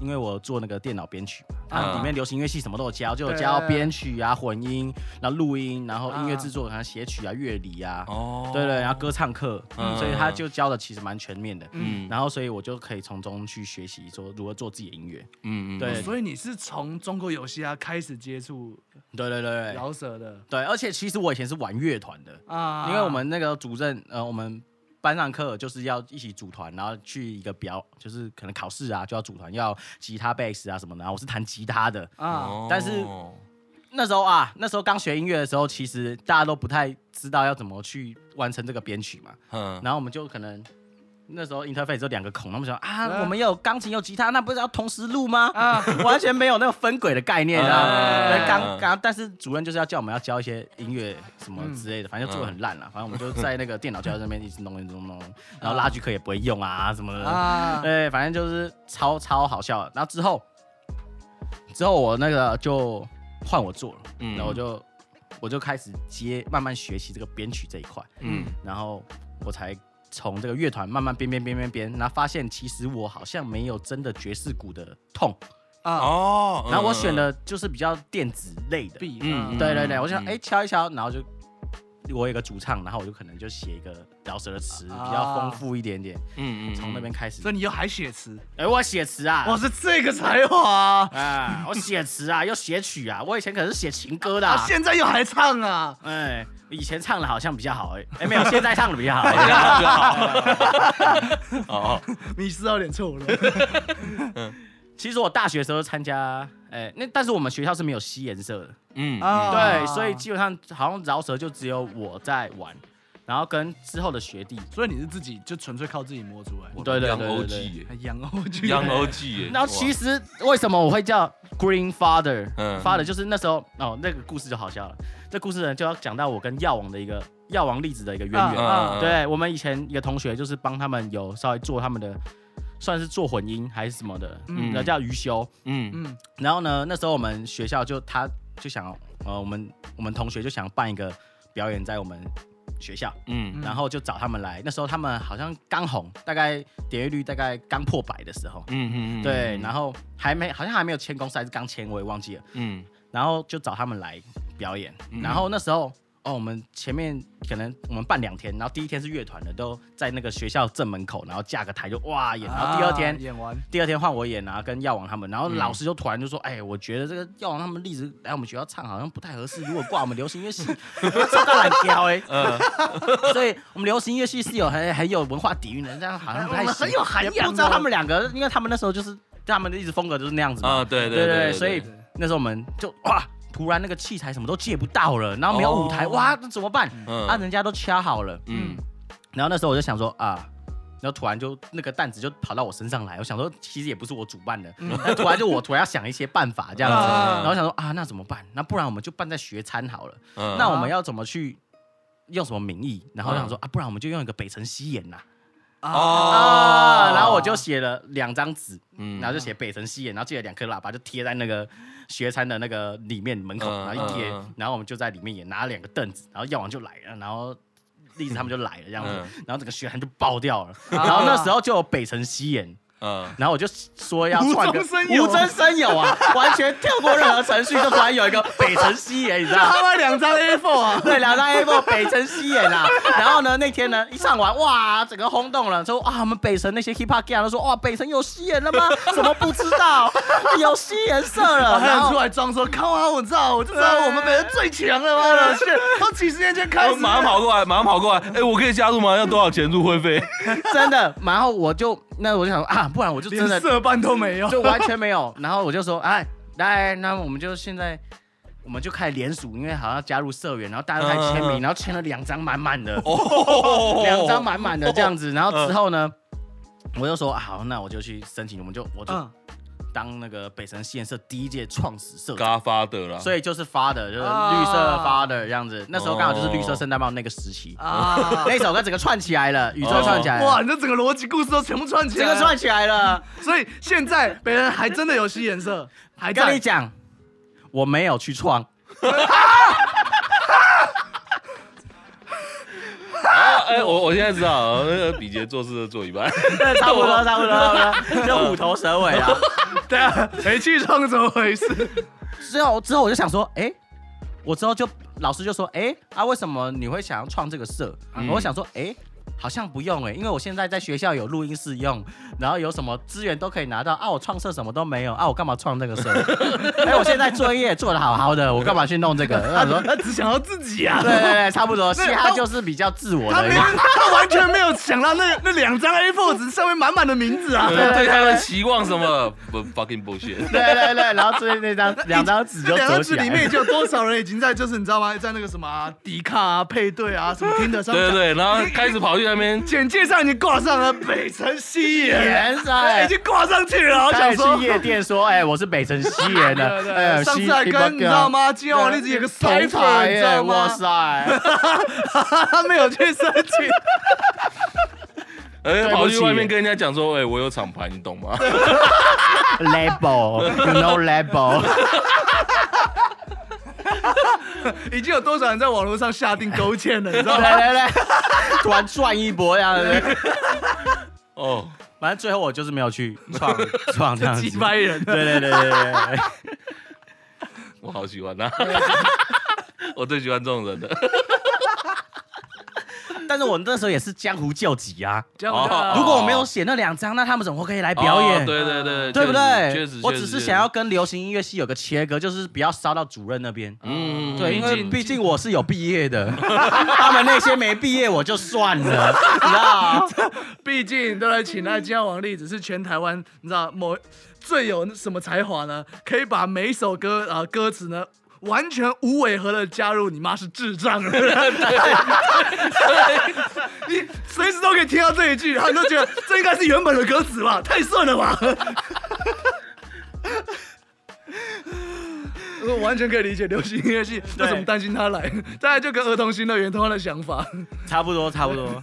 因为我做那个电脑编曲嘛，它嗯嗯里面流行乐器什么都有教，就有对教编曲啊、混音，然后录音，然后音乐制作，然后写曲啊、乐理啊，哦，对对，然后歌唱课，嗯所以他就教的其实蛮全面的。嗯然后，所以我就可以从中去学习，说如何做自己的音乐。嗯嗯，对所以你是从中国有嘻哈开始接触对对对对饶舌的对，而且其实我以前是玩乐团的，啊？因为我们那个主任，呃，我们班上课就是要一起组团，然后去一个表，就是可能考试啊就要组团，要吉他、贝斯啊什么的。然后我是弹吉他的，啊，哦但是那时候啊，那时候刚学音乐的时候，其实大家都不太知道要怎么去完成这个编曲嘛。嗯然后我们就可能那时候 interface 有两个孔，他们想啊啊，我们有钢琴有吉他，那不是要同时录吗？啊嗯完全没有那个分轨的概念啊！啊对刚刚，但是主任就是要叫我们要教一些音乐什么之类的，反正做的很烂啦。啊反正我们就在那个电脑教室那边一直弄一直弄，然后拉锯课也不会用啊什么的。嗯啊，对，反正就是超超好笑的。然后之后，之后我那个就换我做了，嗯然后我就我就开始接慢慢学习这个编曲这一块，嗯然后我才从这个乐团慢慢编编编编编，然后发现其实我好像没有真的爵士鼓的痛，啊哦，然后我选的就是比较电子类的， ，B，嗯嗯，对对对，我就想嗯哎敲一敲，然后就。我有一个主唱，然后我就可能就写一个饶舌的词，比较丰富一点点，嗯嗯从那边开始所。以你又还写词，哦哎，我写词啊，哇，是这个才华啊，啊，我写词啊，又写曲啊，我以前可是写情歌的、啊啊。现在又还唱啊，哎，以前唱的好像比较好哎、哎、没有，现在唱的比较好、哎这样就好，哦迷失到有点错 了，其实我大学的时候参加，哎、那但是我们学校是没有吸颜色的，嗯啊对，所以基本上好像饶舌就只有我在玩，然后跟之后的学弟，所以你是自己就纯粹靠自己摸出来，对对养对欧对记对。耶还养欧剧，养欧记耶，然后其实为什么我会叫 Green Father？嗯 Father 就是那时候哦，那个故事就好笑了。这故事呢就要讲到我跟药王的一个药王例子的一个渊嗯源。嗯，对我们以前一个同学就是帮他们有稍微做他们的，算是做混音还是什么的，嗯那、叫余修。嗯，嗯然后呢，那时候我们学校就他就想要，呃，我们我们同学就想办一个表演在我们学校，嗯嗯然后就找他们来。那时候他们好像刚红，大概点阅率大概刚破百的时候嗯，嗯嗯，对，然后还没好像还没有签公司，还是刚签，我也忘记了。嗯然后就找他们来表演。嗯然后那时候哦，我们前面可能我们办两天，然后第一天是乐团的，都在那个学校正门口，然后架个台就哇演。然后第二天，啊演完，第二天换我演啊，跟药王他们。然后嗯老师就突然就说：“哎、我觉得这个药王他们例子哎来我们学校唱好像不太合适，如果挂我们流行乐系， 我们唱到很屌哎。呃，所以我们流行乐系是有很很有文化底蕴的，这样好像不太哎我们行很有涵也养不知道哦他们两个，因为他们那时候就是他们的一直风格就是那样子嘛。啊，对对对对所以那时候我们就哇，突然那个器材什么都借不到了，然后没有舞台，哦哇，那怎么办？嗯啊，人家都掐好了，嗯然后那时候我就想说啊。然后突然就那个担子就跑到我身上来，我想说其实也不是我主办的，但突然就我突然要想一些办法这样子，嗯然后想说啊那怎么办？那不然我们就办在学餐好了，嗯那我们要怎么去用什么名义？然后我想说啊不然我们就用一个北城西演呐哦啊，然后我就写了两张纸，嗯然后就写北城西眼，然后记得两颗喇叭就贴在那个学餐的那个里面门口，嗯然后一贴嗯嗯，然后我们就在里面也拿了两个凳子，然后药王就来了，然后栗子他们就来了这样子，嗯然后整个学餐就爆掉了，啊然后那时候就有北城西眼。嗯然后我就说要创个无中生有无中生有 啊，完全跳过任何程序，就突然有一个北城西眼，你知道吗？他们两张 A4 啊，对，两张 A4 北城西演 啊。然后呢，那天呢一上完，哇，整个轰动了，说啊，我们北城那些 hip hop gang 都说哇，北城有西演了吗？怎么不知道？ 有西演 社了，还然想出后。来装说，看完我照，我就知道我们北人最强了，妈的，是从几十年前开哦始，马上跑过来，马上跑过来！哎，我可以加入吗？要多少钱入会费？真的，然后我就那我就想说啊，不然我就真连的色斑都没有，就完全没有。然后我就说，哎，来，那我们就现在。我们就开始联署，因为好像加入社员，然后大家都开始嗯签嗯嗯名，然后签了两张满满的，哦两张满满的这样子。然后之后嗯呢，我就说、啊、好，那我就去申请，我们就我就 嗯，当那个北城实验社第一届创始社长，嘎发的啦，所以就是发的，就是啊绿色发的这样子。那时候刚好就是绿色圣诞帽那个时期，啊，那首歌整个串起来了，宇宙串起来哇，了，你这整个逻辑故事都全部串起整来个哎了，串起来了。 所以现在北人还真的有新颜色，还在跟你讲，我没有去创，啊，哎，我我现在知道，那个比杰做事就做一半，差不多，差不多，差不 多，就虎头蛇尾啊。对啊，没去创怎么回事？之后之后我就想说，哎，我之后就老师就说，哎啊，为什么你会想要创这个社？嗯我想说，哎。好像不用哎、因为我现在在学校有录音室用，然后有什么资源都可以拿到啊。我创社什么都没有啊，我干嘛创这个社？ 哎、我现在作业做的好好的，我干嘛去弄这个？我哦想说，他只想要自己啊对。 对对，差不多，嘻对哈他就是比较自我他的一没，个。他完全没有想到那那两张 A4 纸上面满满的名字啊！对他们期望什么不 fucking bullshit，对对对，然后最后那张 两张纸这就两张折纸起里来面了。已经有多少人已经在就是你知道吗？在那个什么啊迪卡啊、配对啊、什么听 的上，对对对，然后开始跑去那 边，简介上已经挂上了北城西野，原来已经挂上去了。我想他也去说，夜店说，哎，我是北城西园的 对，对哎，对，上西次还跟你知道？吗？今西天我一直有个同台 cipher，你知耶道吗？哇塞， 他没有去申请，哎，跑去外面跟人家讲说，哎，我有厂牌，你懂 吗？ label，no label，已经有多少人在网络上下定勾践了？你知道来吗？来来，突然转一波这样子。哦，反正最后我就是没有去创创 这样子几。百人，对对对对对对，我好喜 欢他，啊我最喜欢这种人的。但是我那时候也是江湖救急啊。这样我就哦如果我没有写那两张，那他们怎么可以来表哦演？啊对对对，对不确对实，？我确实只是确实想要跟流行音乐系有个切割，就是不要烧到主任那边。嗯对，因毕为竟毕竟我是有毕业的，他们那些没毕业我就算了，你知道？毕竟都来请那金王力，只是全台湾你知道某最有什么才华呢？可以把每一首歌啊、呃歌词呢完全无违和的加入，你妈是智障了，你随时都可以听到这一句，然后你都觉得这应该是原本的歌词吧，太顺了吧。完全可以理解流行音乐系为什么担心他来，大概就跟儿童新乐园同样的想法。差不多差不多。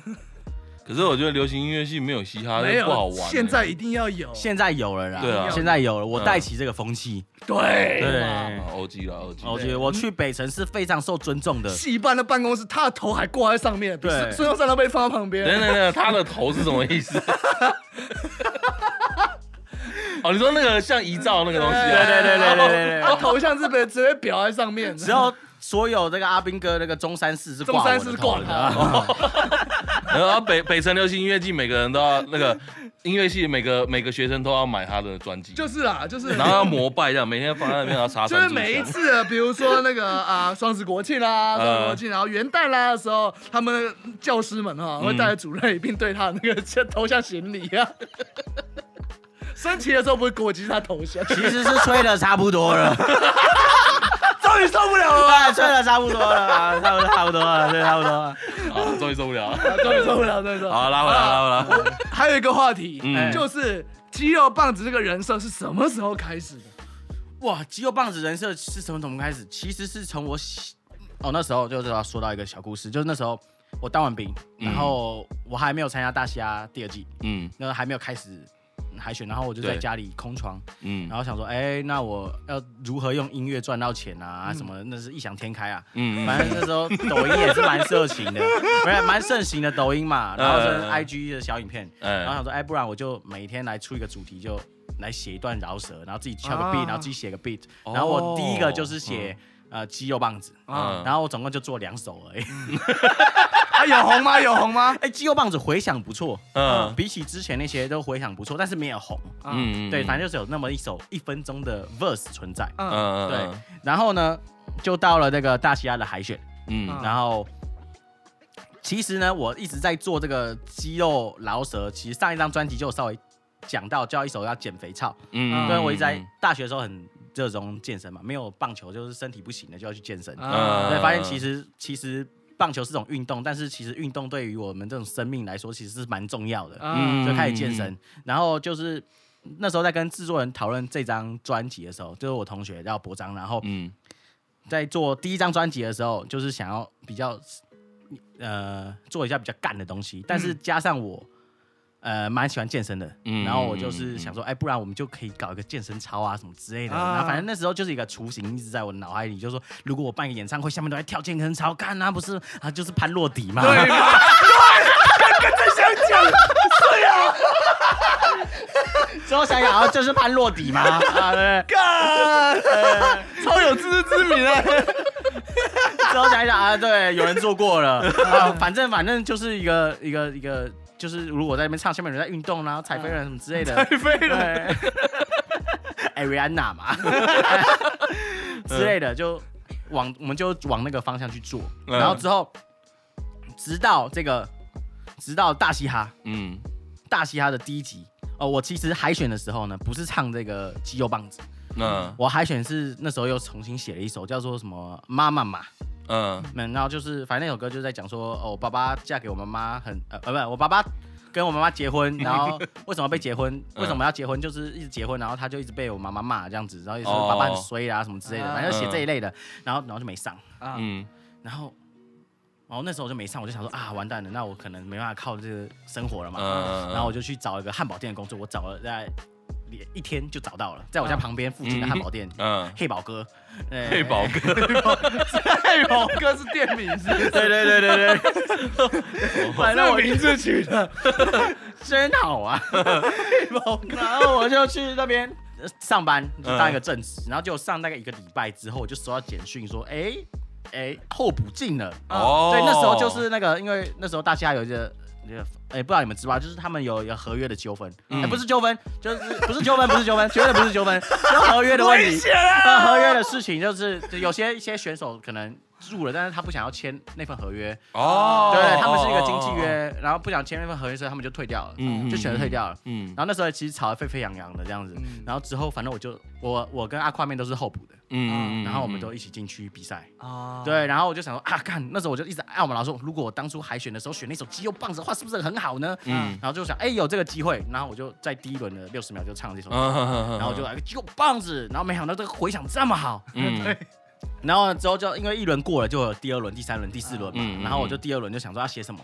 可是我觉得流行音乐系没有嘻哈没就有，不好玩欸。现在一定要有。现在有了啦，对啊现在有了，我带起这个风气。对对嘛哦啊 OG 了 OG，我觉得我去北城是非常受尊重的。戏班的办公室，他的头还挂在上面，比对孙中山都被放在旁等边。等等，他的头是什么意 思？哦，你说那个像遗照那个东西对啊？对对对对对他对。头像是被直接裱在上面，只有所有这个阿兵哥那个中山市是中挂山我是的哦挂头的。他。然后北北城流行音乐季，每个人都要那个音乐系，每个每个学生都要买他的专辑，就是啦，就是，然后要膜拜这样，每天放在那边然后插就是三炷每一香。次的，比如说那个啊，双十国庆啦，双十国庆，然后元旦啦的时候，他们教师们嗯哈会带着主任一并对他的那个 头像行礼啊。升旗的时候不是国旗，是他头像。其实是吹的差不 多了，终于受不了了，对，吹的差不多了，啊差不多差不多了，对，差不多了。好，终于受不了了。终于受不了，终于受不了。好，拉回来，拉回来。还有一个话题，嗯就是肌肉棒子这个人设是什么时候开始的？哇，肌肉棒子人设是从怎么开始？其实是从我喜哦那时候就是要说到一个小故事，就是那时候我当完兵，嗯然后我还没有参加大虾第二季，嗯那个还没有开始海选，然后我就在对家里空床，嗯然后想说，哎、那我要如何用音乐赚到钱啊？嗯什么的那是异想天开啊。嗯反正那时候抖音也是蛮热情 的，不是蛮盛行的抖音嘛，然后是嗯 IG 的小影片，然后哎想说，哎，不然我就每天来出一个主题，就来写一段饶舌，然后自己敲个 beat，啊然后自己写个 beat，哦然后我第一个就是写呃肌肉棒子，嗯然后我总共就做两首而已。啊，有红吗？有红吗？ 哎，肌肉棒子回响不错，嗯比起之前那些都回响不错，但是没有红。嗯嗯对，反正就是有那么一首一分钟的 verse 存在。嗯嗯对，然后呢，就到了那个大西亚的海选，嗯然后其实呢，我一直在做这个肌肉饶舌，其实上一张专辑就有稍微讲到叫一首要减肥操，嗯，对我一直在大学的时候很热衷健身嘛，没有棒球就是身体不行了就要去健身，嗯啊对，发现其实其实棒球是种运动，但是其实运动对于我们这种生命来说其实是蛮重要的，嗯就开始健身，然后就是。那时候在跟制作人讨论这张专辑的时候，就是我同学叫博章，然后嗯在做第一张专辑的时候，就是想要比较呃做一下比较干的东西，但是加上我、呃蛮喜欢健身的，嗯然后我就是想说，哎、不然我们就可以搞一个健身操啊什么之类的。啊然后反正那时候就是一个雏形一直在我脑海里，就是说如果我办个演唱会，下面都在跳健身操，干啊不是啊就是潘若迪嘛。 对吗？ 之后想想啊就是潘若迪嘛，啊对。干，超有自知之明 啊！之后想一想啊，对，有人做过了，啊、反正反正就是一个一个一个，就是如果在那边唱，下面有人在运动啦、踩飞人什么之类的，太废了。Ariana 嘛之类的，就往我们就往那个方向去做，嗯然后之后直到这个直到大嘻哈嗯大嘻哈的第一集。哦，我其实海选的时候呢，不是唱这个肌肉棒子，那我海选是那时候又重新写了一首叫做什么《妈妈嘛》，嗯嗯，然后就是反正那首歌就在讲说，哦，我爸爸嫁给我妈妈很呃呃不是，我爸爸跟我妈妈结婚，然后为什么被结婚？为嗯什么要结婚？就是一直结婚，然后他就一直被我妈妈骂这样子，然后也说哦爸爸很衰啊什么之类的，啊反正就写这一类的，然后然后就没上，啊，嗯然后。然后那时候我就没上，我就想说啊，完蛋了，那我可能没办法靠这个生活了嘛。嗯然后我就去找一个汉堡店的工作，我找了大概一天就找到了，在我家旁边附近的汉堡店，嗯，黑宝哥，呃配宝哥，太某哥是店名是不是？对对对对对， 反正这我名字取的， 真好啊！然后我就去那边呃上班，就当一个正职，然后就上大概一个礼拜之后，我就收到简讯说，哎、哎、候补进了。哦对，那时候就是那个，因为那时候大家有一个。那个哎、不知道你们知不知道，就是他们有一个合约的纠纷，哎、嗯不是纠纷，就是不是纠纷，不是纠纷， 绝对啊 不是纠纷，是合约的问题，合约的事情，就是就有些一些选手可能入了，但是他不想要签那份合约，哦，对，他们是一个经纪约，然后不想签那份合约，所以他们就退掉了，嗯，嗯就选择退掉了。嗯然后那时候其实吵得沸沸扬扬的这样子，嗯然后之后反正我就我我跟阿夸面都是候补的，嗯然后我们都一起进去比赛。啊，对，然后我就想说啊，干，那时候我就一直按我们老师说，如果我当初海选的时候选那首肌肉棒子的话，是不是很好呢？嗯然后就想，哎、有这个机会，然后我就在第一轮的六十秒就唱这首歌，嗯然后就来个肌肉棒子，然后没想到这个回响这么好，嗯然后之后就因为一轮过了，就有第二轮、第三轮、第四轮嘛。嗯嗯嗯然后我就第二轮就想说要写什么，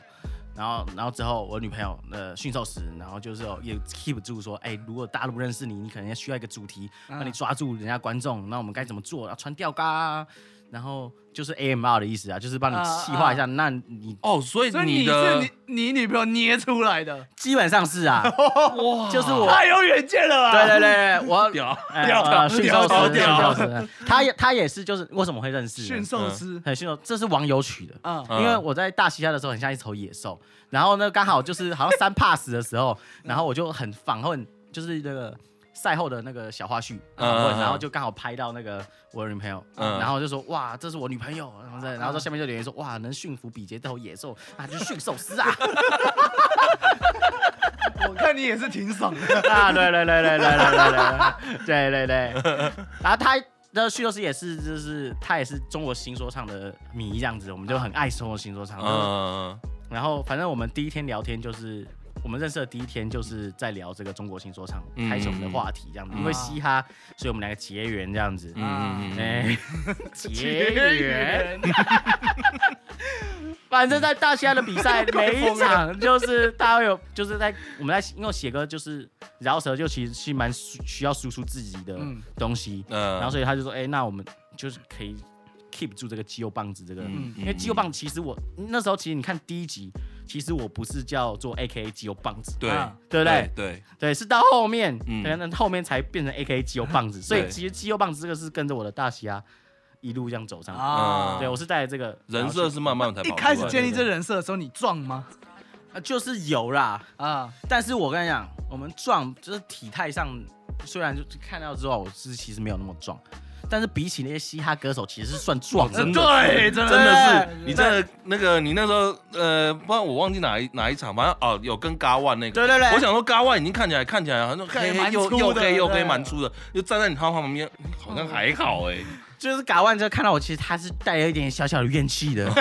然后然后之后我女朋友呃驯兽师，然后就是有也 keep 住说，哎、如果大家都不认识你，你可能需要一个主题，嗯让你抓住人家观众。那我们该怎么做？要穿吊嘎、啊，然后就是 AMR 的意思啊，就是帮你细化一下。那你哦，所以所以你是的你你女朋友捏出来的，基本上是 啊，哇就是我太有远见了对吧？对对，对我。屌，哎屌呃驯兽屌师，驯屌兽师，他也他也是，就是为什么会认识呢？驯兽师很驯兽，这是网友取的，啊，嗯因为我在大西亚的时候很像一头野兽，然后呢，刚好就是好像三 pass 的时候，然后我就很访问，就是那个赛后的那个小花絮，嗯访问嗯嗯然后就刚好拍到那个我的女朋友，嗯然后就说哇，这是我女朋友，然后在然后说下面就留言说哇，能驯服比劫这头野兽啊，就是驯兽师啊，我看你也是挺爽 的，啊，对对对对对对对对对对，然后他。那驯兽师也是，就是他也是中国新说唱的迷这样子，我们就很爱中国新说唱。嗯然后反正我们第一天聊天就是我们认识的第一天就是在聊这个中国新说唱嗯开始我们的话题这样子，嗯因为嘻哈，所以我们两个结缘这样子。嗯嗯哎，结缘，人反正在大西亚的比赛每一场就是大家有 就是在我们在因为写歌就是饶舌就其实是蛮需需要输出自己的嗯东西，嗯，然后所以他就说，哎、那我们就是可以 keep 住这个肌肉棒子这个，嗯因为肌肉棒子其实我那时候其实你看第一集，其实我不是叫做 A K A 肌肉棒子，对对不对？对，对，是到后面，嗯可能后面才变成 A K A 肌肉棒 子，所以对其实肌肉棒子这个是跟着我的大西啊一路这样走上 来。啊，对，我是带着这个人设，是慢慢才一开始建立个这人设的时候，你壮吗？然后去呃就是有啦，啊，但是我跟你讲，我们壮就是体态上，虽然就是看到之后，我是其实没有那么壮，但是比起那些嘻哈歌手，其实是算壮的。哦真的对，真真的是是你在那个你那时候呃，不然我忘记哪一哪一场，反正哦有跟嘎万那个，对对对，我想说嘎万已经看起来看起来好像黑黑又又黑又黑蛮粗的，就站在你他旁边好像还好哎，就是嘎万之后看到我，其实他是带有一点小小的怨 气的。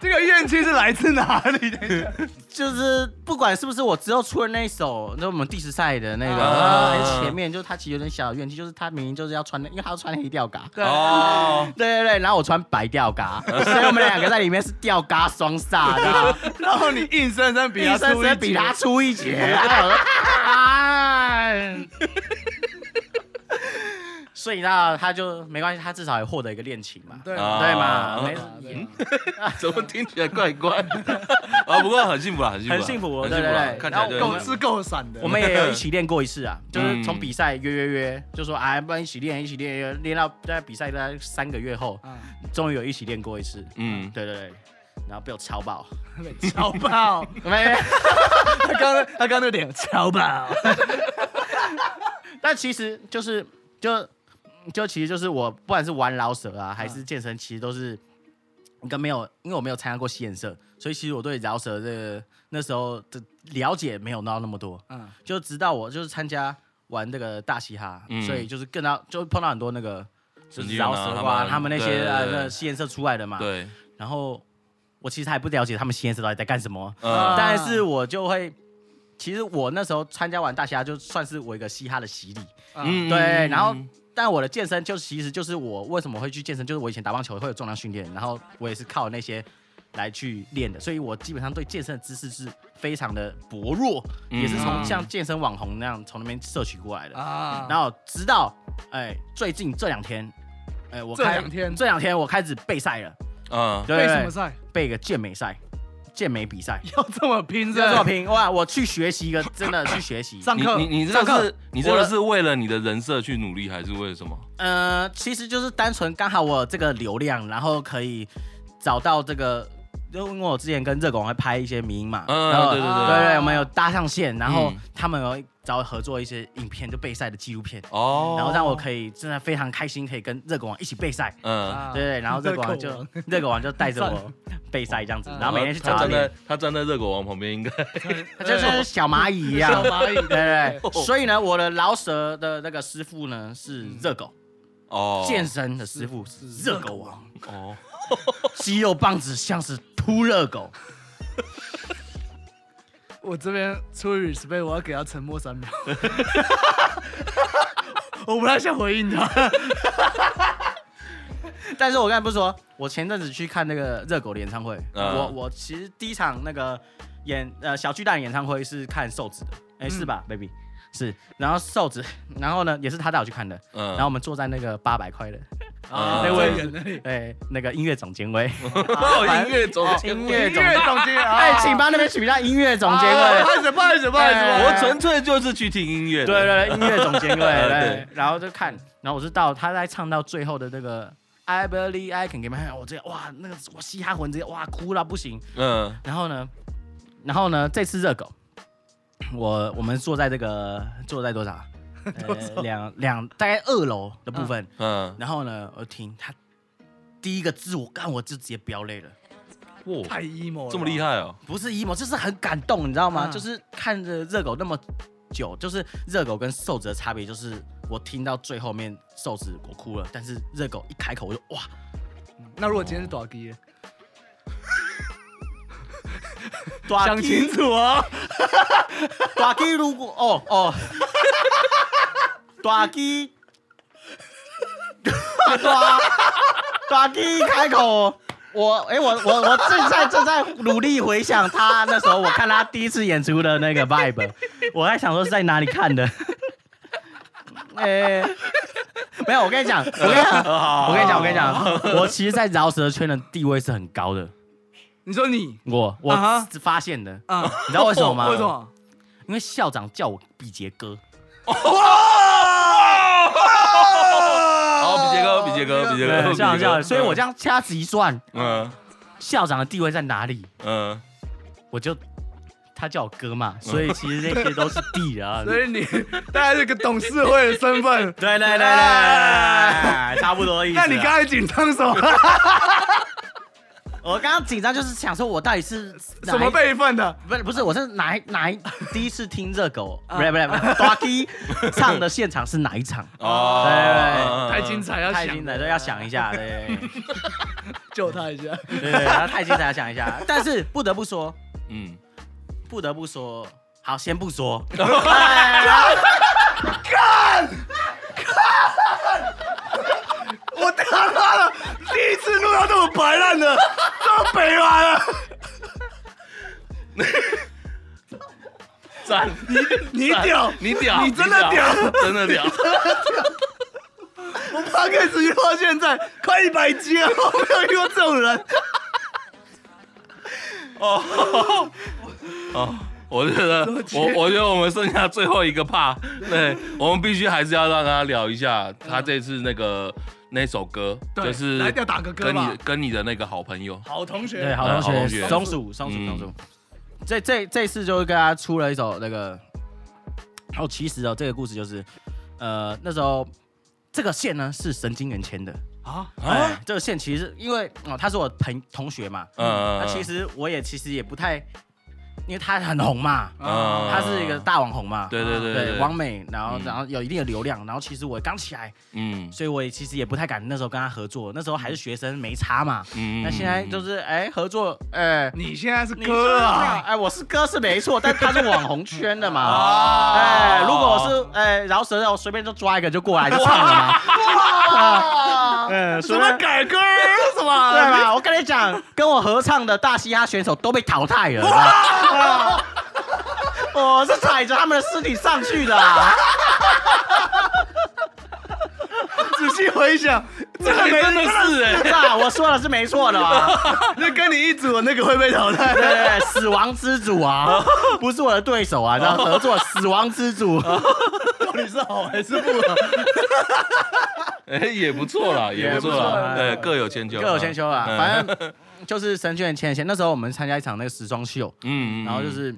这个怨气是来自哪里的？就是不管是不是我之后出的那一首，就我们第十赛的那个，啊很前面就是他其实有点小的怨气，就是他明明就是要穿的，因为他要穿黑吊嘎。对啊哦，对对对，然后我穿白 吊嘎，所以我们两个在里面是吊嘎双煞，然后 然后你硬生生比硬他生粗一生比他截粗一截，然后我说 哎所以呢，他就没关系，他至少也获得一个恋情嘛。对啊啊对嘛，对没啊对啊怎么听起来怪怪？啊，不过很幸福啦，很幸福啦，很幸福很对幸福啦对对看起来就然后够很吃够散的。 我们也有一起练过一次啊，就是从嗯比赛约约约，就说哎，不然一起练，一起练，练练到在比赛大概三个月后，啊， 终于有一起练过一次。嗯，对对对，然后被我超爆，被敲爆！没没， 他刚刚他刚刚那点敲爆，但其实就是就就其实就是我，不管是玩老舍啊，还是健身，其实都是跟没有，因为我没有参加过西演社，所以其实我对饶舌的那时候的了解没有到那么多。嗯就直到我就是参加玩这个大嘻哈，嗯所以就是更到就碰到很多那个就神是经元啊饶舌瓜他他们们那些对呃对对那吸烟社出来的嘛，对，然后我其实还不了解他们吸烟社到底在干什么，嗯但是我就会。其实我那时候参加完大嘻哈，就算是我一个嘻哈的洗礼。嗯对然后但我的健身就其实就是我为什么会去健身，就是我以前打棒球会有重量训练，然后我也是靠那些来去练的，所以我基本上对健身的知识是非常的薄弱，嗯也是从嗯像健身网红那样从那边摄取过来的。啊，然后直到哎、最近这两天，哎、我这开两天这两天我开始备赛了，嗯，对被对什么赛？备个健美赛、健美比赛，要这么拼是这么吧？拼哇！我去学习一个，真的去学习。上你课你你这上个课是你这个我是为了你的人设去努力，还是为了什么？呃，其实就是单纯刚好我有这个流量，然后可以找到这个就因为我之前跟热狗会拍一些迷音嘛，嗯然后对对对对对啊我们有搭上线，然后嗯他们有找我合作一些影片，就备赛的纪录片，哦，然后让我可以真的非常开心，可以跟热狗王一起备赛。啊嗯，对对，然后热狗王就热狗王就带着我 备赛这样子，嗯然后每天去找他他站练在，他站在热狗王旁边，应该他就像是小蚂蚁一样。小蚂蚁，对对哦对，所以呢，我的老舍的那个师傅呢是热狗， 哦，健身的师傅是是热热狗狗王， 哦，肌肉棒子像是秃热狗。我这边出于 respect，我要给他沉默三秒。我不太想回应他。但是我刚才不是说，我前阵子去看那个热狗的演唱会，嗯我我其实第一场那个演呃小巨蛋演唱会是看瘦子的，哎、嗯是吧，baby？是，然后瘦子，然后呢也是他带我去看的，嗯，然后我们坐在那个八百块的，啊那那位位远那里，对，那个音乐总监位， 哦音乐总监音音乐总，乐总监啊，哎，请帮那边取一下音乐总监位啊。不好意思，不好意思，不好意思，不好意我思纯粹就是去听音乐的，对对对，音乐总监位，呃对，然后就看，然后我就到他在唱到最后的那个 I believe I can get my hand，我这个哇，那个我嘻哈魂直接哇哭到不行。嗯，然后呢，然后呢，这次热狗，我我们坐在这个坐在多少？呃，两两大概二楼的部分。嗯然后呢，我听他第一个字，我干我就直接飙泪了。嗯，哇，太 emo 了，这么厉害，害哦，不是 emo，就是很感动，你知道吗？嗯就是看着热狗那么久，就是热狗跟瘦子的差别，就是我听到最后面瘦子我哭了，但是热狗一开口我就哇，那如果今天是短笛呢，抓想清楚 哦，抓鸡如果哦哦，抓鸡，抓抓鸡一开口。我哎、我我我正在正在努力回想他那时候我看他第一次演出的那个 vibe，我在想说是在哪里看的。 哎、没有，我跟你讲，我跟你讲，我跟你讲，我跟你讲，我其实，在饶舌圈的地位是很高的。你说你我我啊哈只发现的，啊，你知道为什么吗？为什？么？因为校长叫我比杰哥。好，比杰哥，比杰哥，比杰哥，校长叫我，所以嗯我这样，样掐指一算，嗯校长的地位在哪里？嗯，我就他叫我哥嘛，所以其实那些都是弟啊。。所以你大概是个董事会的身份对对对对，差不多意思那啊。你刚才紧张什么？我刚刚紧张就是想说，我到底是哪一什么？辈分的？不是不是，我是哪一哪一第一次听热狗，啊不是不是不是，大鸡唱的现场是哪一场？哦，嗯太精，彩，要太想精彩，对，要想一下，对对对救他一下。对对对，要太精彩，要想一下。但是不得不说，嗯，不得不说，好，先 不说，我他妈的第一次录到这么白烂的，这么北烂了。赞，你屌， 你屌， 你真的屌，真的屌，我 p o d 持续到现在快一百集了，我没有遇过这种人。哦。我觉得，我我觉得我们剩下最后一个怕，对我们必须还是要让他聊一下他这次那个那首歌，对就是来要打个歌跟吧你跟你的那个好朋友，好同学， 对，好嗯好同学同，学松鼠，松鼠，嗯松鼠。这这这次就是跟他出了一首那个，哦，其实哦，这个故事就是，呃，那时候这个线呢是神经元签的，啊，哎，这个线其实因为哦他是我朋同学嘛，嗯那其实我也其实也不太，因为他很红嘛，嗯啊他是一个大网红嘛，啊对对对对，王美，然后嗯然后有一定的流量，然后其实我刚起来，嗯所以我也其实也不太敢那时候跟他合作，那时候还是学生没差嘛，嗯那现在就是哎合作，哎你现在是你哥啊，啊，哎，我是歌是没错，但他是网红圈 的嘛。啊哎，如果我是哎饶舌的，我随便就抓一个就过来就唱了嘛。啊嗯，什随么便改歌儿什么？对吧？我跟你讲，跟我合唱的大嘻哈选手都被淘汰了。啊 我是踩着他们的尸体上去的啊。仔细回想，这个没真的是哎、是啊，我说的是没错的嘛。那跟你一组，那个会被淘汰。对对对，死亡之主啊，不是我的对手啊，然后合作死亡之主。到底是好还是不好？哎，也不错 啦，也不错啦，对，各有千秋，各有千秋啊，反正就是神卷牵线。那时候我们参加一场那个时装秀，嗯，嗯然后就是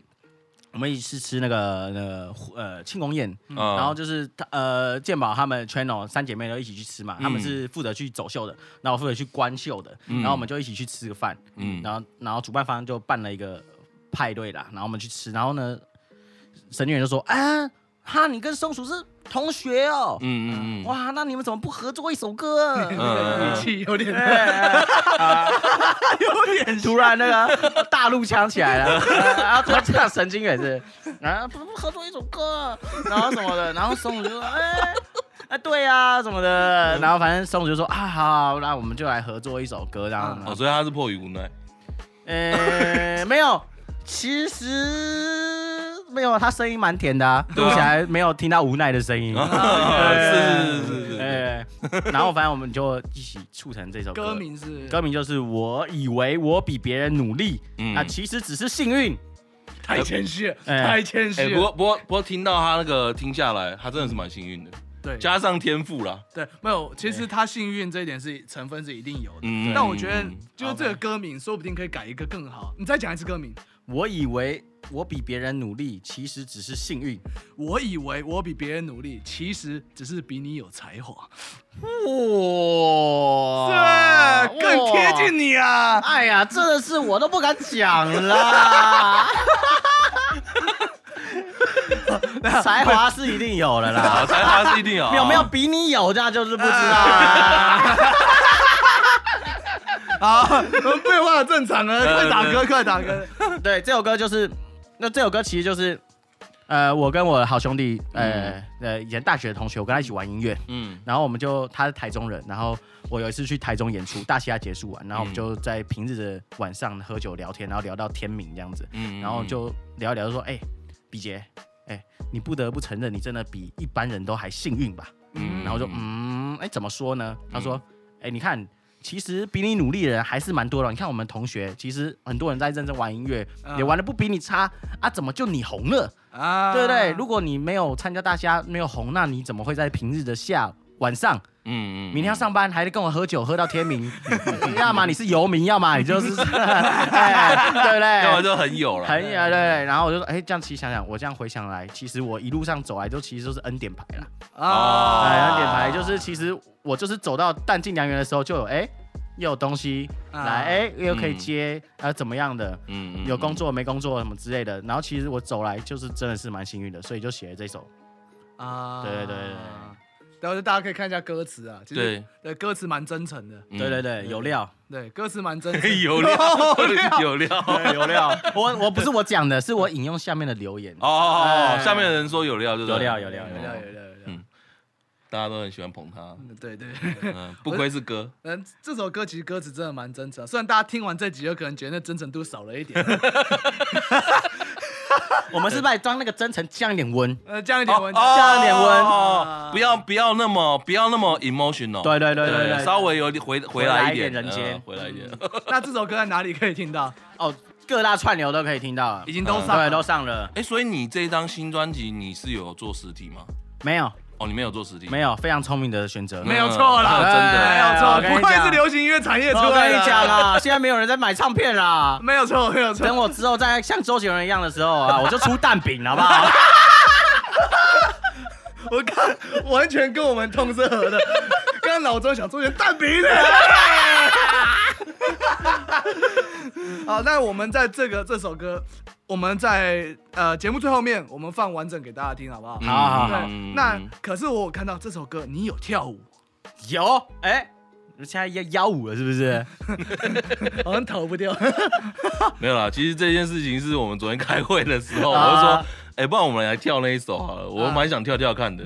我们一起吃那个那个呃庆功宴，嗯然后就是他呃健宝他们 channel 三姐妹都一起去吃嘛，他们是负责去走秀的，然后我负责去观秀的，嗯然后我们就一起去吃个饭，嗯然后然后主办方就办了一个派对啦，然后我们去吃，然后呢，神卷就说啊哈你跟松鼠是同学哦，嗯嗯嗯，哇那你们怎么不合作一首歌？ 嗯语气有点哎哎哎有点突然那个大陆腔起来了，呃然后突然这样神经也是，啊，不不合作一首歌，然后什么的，然后松鼠就说，哎、啊对呀、啊、什么的，然后反正松鼠就说啊好好，那我们就来合作一首歌这样哦，子，所以他是迫于无奈，呃、没有，其实没有，他声音蛮甜的、啊，对啊录起来没有听到无奈的声音。啊 是是是是，哎，然后反正我们就一起促成这首歌，歌名是歌名就是我以为我比别人努力，嗯啊，其实只是幸运。太谦虚了，哎太谦哎，虚不了。过不过不过，听到他那个听下来，他真的是蛮幸运的，对加上天赋啦，对，没有，其实他幸运这一点是成分是一定有的。嗯，但我觉得，就是这个歌名，说不定可以改一个更好。你再讲一次歌名。我以为我比别人努力，其实只是幸运。我以为我比别人努力，其实只是比你有才 华。哇这更贴。近你啊！哎呀，真的是我都不敢讲啦。才华是一定有的啦， 啊，才华是一定有， 有没有比你有，那就是不知道啊啦。好，我们对话正常了，对快打对嗝，快打嗝。对，这首歌就是，那这首歌其实就是，呃，我跟我的好兄弟，呃、呃，以前大学的同学，我跟他一起玩音乐，嗯然后我们就他是台中人，然后我有一次去台中演出，大西亚结束完，然后我们就在平日的晚上喝酒聊天，然后聊到天明这样子，嗯，然后就聊一聊说，哎、比杰，哎、你不得不承认你真的比一般人都还幸运吧？嗯然后我就嗯嗯，哎、怎么说呢？他说，哎、你看。其实比你努力的人还是蛮多的。你看我们同学，其实很多人在认真玩音乐，嗯也玩的不比你差啊，怎么就你红了？嗯啊对不对？如果你没有参加大家没有红，那你怎么会在平日的下晚上，嗯嗯，明天要上班还得跟我喝酒喝到 天明？要么你是游民，要么你就是， 哎要么对不对？就很有嗯了，很对对对，然后我就说，哎，这样其实想想，我这样回想来，其实我一路上走来都其实都是恩典牌啦。哦啊哎，恩典牌就是其实我就是走到弹尽粮绝的时候，就有哎又有东西啊来，哎又可以嗯接呃怎么样的，嗯有工，作没工作什么之类的。然后其实我走来就是真的是蛮幸运的，所以就写了这首。啊对对对对然后就大家可以看一下歌词啊，其实对对，歌词蛮真诚的，嗯对对对，有料，对，歌词蛮真诚。 有 料有料哦有料。 我我不是我讲的，是我引用下面的留言。哦，哎下面的人说有料，对不对？有料有料有料有料有料嗯，大家都很喜欢捧他，嗯对对。 嗯，不愧是哥，嗯，这首歌其实歌词真的蛮真诚，虽然大家听完这集有可能觉得那真诚度少了一点，我们是不是装那个真诚降一点温？呃，这样一点文，哦加了点温哦不要不要那么不要那么 emotional，对对对对对哦稍微有点回回来一点，回来一点人间嗯回来一点，那这首歌在哪里可以听到？哦，各大串流都可以听到了已，经都上了，对，都上了。哎，所以你这一张新专辑你是有做实体吗？没有哦，你没有做实体，没有，非常聪明的选择。没有错啦嗯真的，没有哎错我，跟你不愧是讲流行音乐产业出我来跟的。你讲啦，现在没有人在买唱片 啦。没有错，没有错等。我之后再像周杰伦一样的时候啊，我就出蛋饼，好不好？我看完全跟我们痛是合 的。刚刚脑中想做点蛋饼的。 好，那我们在这个这首歌，我们在呃节目最后面，我们放完整给大家听，好不好？嗯好好对好嗯那可是我看到这首歌，你有跳舞，有，哎，你们现在要幺五了是不是？好像逃不掉。没有啦，其实这件事情是我们昨天开会的时 候，我啊就说，哎，不然我们来跳那一首好了，我蛮想跳跳看的，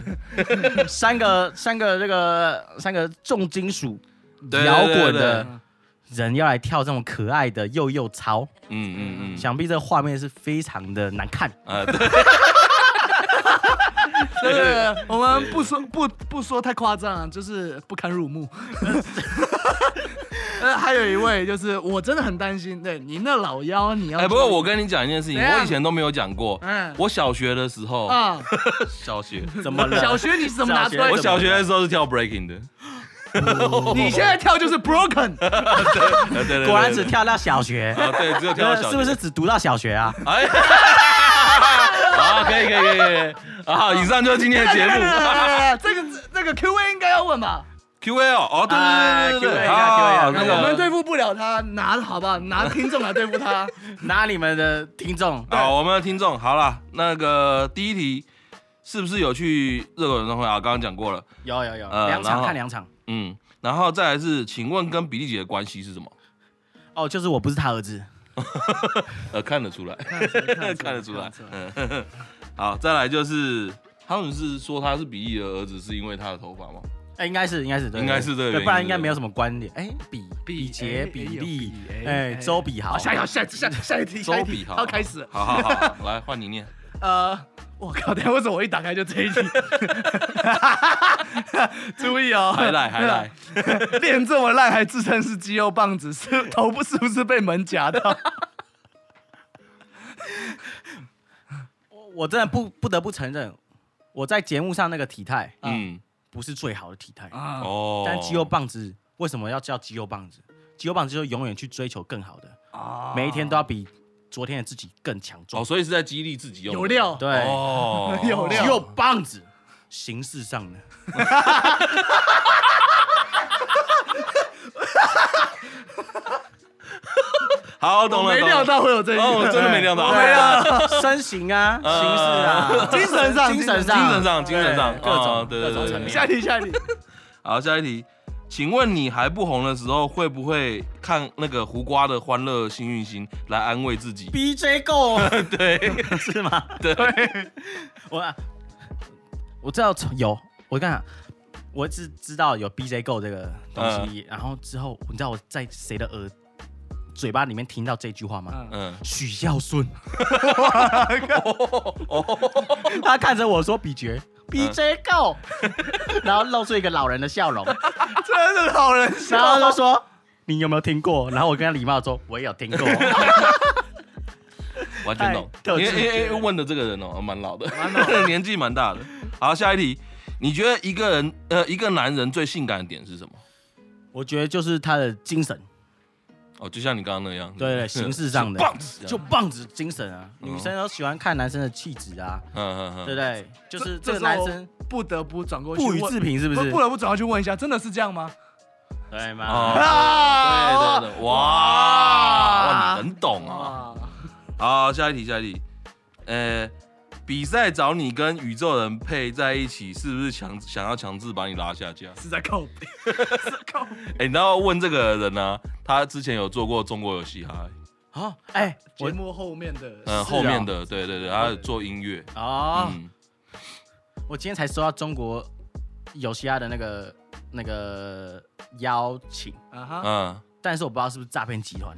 三个三个这个三个重金属对摇滚，对对的人要来跳这种可爱的幼幼操，嗯嗯嗯，想必这画面是非常的难看。啊，对对对对，我们不说不不说太夸张，就是不堪入目。呃，还有一位就是我真的很担心，对你那老妖你要哎，不过我跟你讲一件事情，怎样我以前都没有讲过。嗯我小学的时候，啊， 小学， 怎么了？小学你是怎么拿出来对我的？小学的时候是跳 breaking 的，你现在跳就是 broken，呃对对对果然只跳到 小学， 啊，对，只有跳到小学，是不是？只读到小学 啊？哎，好，可以可以可以可以，好，以上就是今天的节目。这个这个 Q A 应该要问吧？ Q A 哦，哦，哎对对对对对， Q&A 啊好 Q&A 啊那对个我们对付不了他，拿好不好？拿听众来对付啊他。拿你们的听众，好，我们的听众，好了，那个第一题是不是有去热狗演唱会啊？刚刚讲过了，有有有，呃然两场后看两场。嗯，然后再来是，请问跟比利姐的关系是什么？哦，就是我不是他儿子，呃，看得出来， 看得出来看，嗯，呵呵好，再来就是。他们是说他是比利的儿子，是因为他的头发吗？哎，应该是应该是对应该是这个对，原因不然应该没有什么关联。哎，比比杰、比哎利，哎，周比豪哦好，，下一条，下下下一题，下周一题笔，豪，要开始了。好好好，好来换你念。呃，我靠，等一下为什么我一打开就这一 题？注意哦， 还 来还来，练这么烂还自称是肌肉棒子，是头部是不是被门夹 到？我我真的不不得不承认，我在节目上那个体态嗯，不是最好的体态，啊，哦，但肌肉棒子为什么要叫肌肉棒子？肌肉棒子就永远去追求更好的，每一天都要比昨天的自己更强哦，壮。所以是在激励自己用的。有料，，对，哦 有料肌肉棒子，形式上的。好，懂我啊了，没懂料了。到会有这一哦，我题。真的没料到，我没料到到， 身形啊，形式啊，精神上精精神上，神上，精神上，对各种啊对对各种对层对面下一题，下一题，好，下一题，请问你还不红的时候，会不会看那个胡瓜的《欢乐幸运星》来安慰自 己？ BJ 够对，是吗？对，我我知道从有，我跟你讲，我只知道有 BJ 够这个东西，然后之后你知道我在谁的耳嘴巴里面听到这句话吗？嗯嗯，许孝顺， 他看着我说比爵。BJ 够， 然后露出一个老人的笑容，真的好人 笑然后他就说：“ 你有没有听过？”然后我跟他礼貌地说：“我也有听过。”完全懂太。特因为制因为因为问的这个人哦，蛮老的， 年纪蛮大的。好，下一题，你觉得一个人呃，一个男人最性感的点是什么？我觉得就是他的精神，哦，就像你刚刚那样， 对对，形式上的棒子，嗯就就棒子精神啊，嗯女生都喜欢看男生的气质啊，嗯嗯嗯，对不对？就是这这个时候男生不得不转过去不予问置评，是不不是？不得不转过去问一下，真的是这样吗？对哦吗？啊对对对，哇，哇，你很懂啊！哇好，下一题，下一题，呃，比赛找你跟宇宙人配在一起，是不是强想要强制把你拉下架？是在靠背， 是在靠背。哎、你知道问这个人呢、他之前有做过中国有嘻哈，哦，哎，节我目后面的嗯、是哦啊后面的，对对对，他有做音乐，哦，嗯，我今天才收到中国有嘻哈的那个那个邀请，啊哈，嗯，但是我不知道是不是诈骗集团，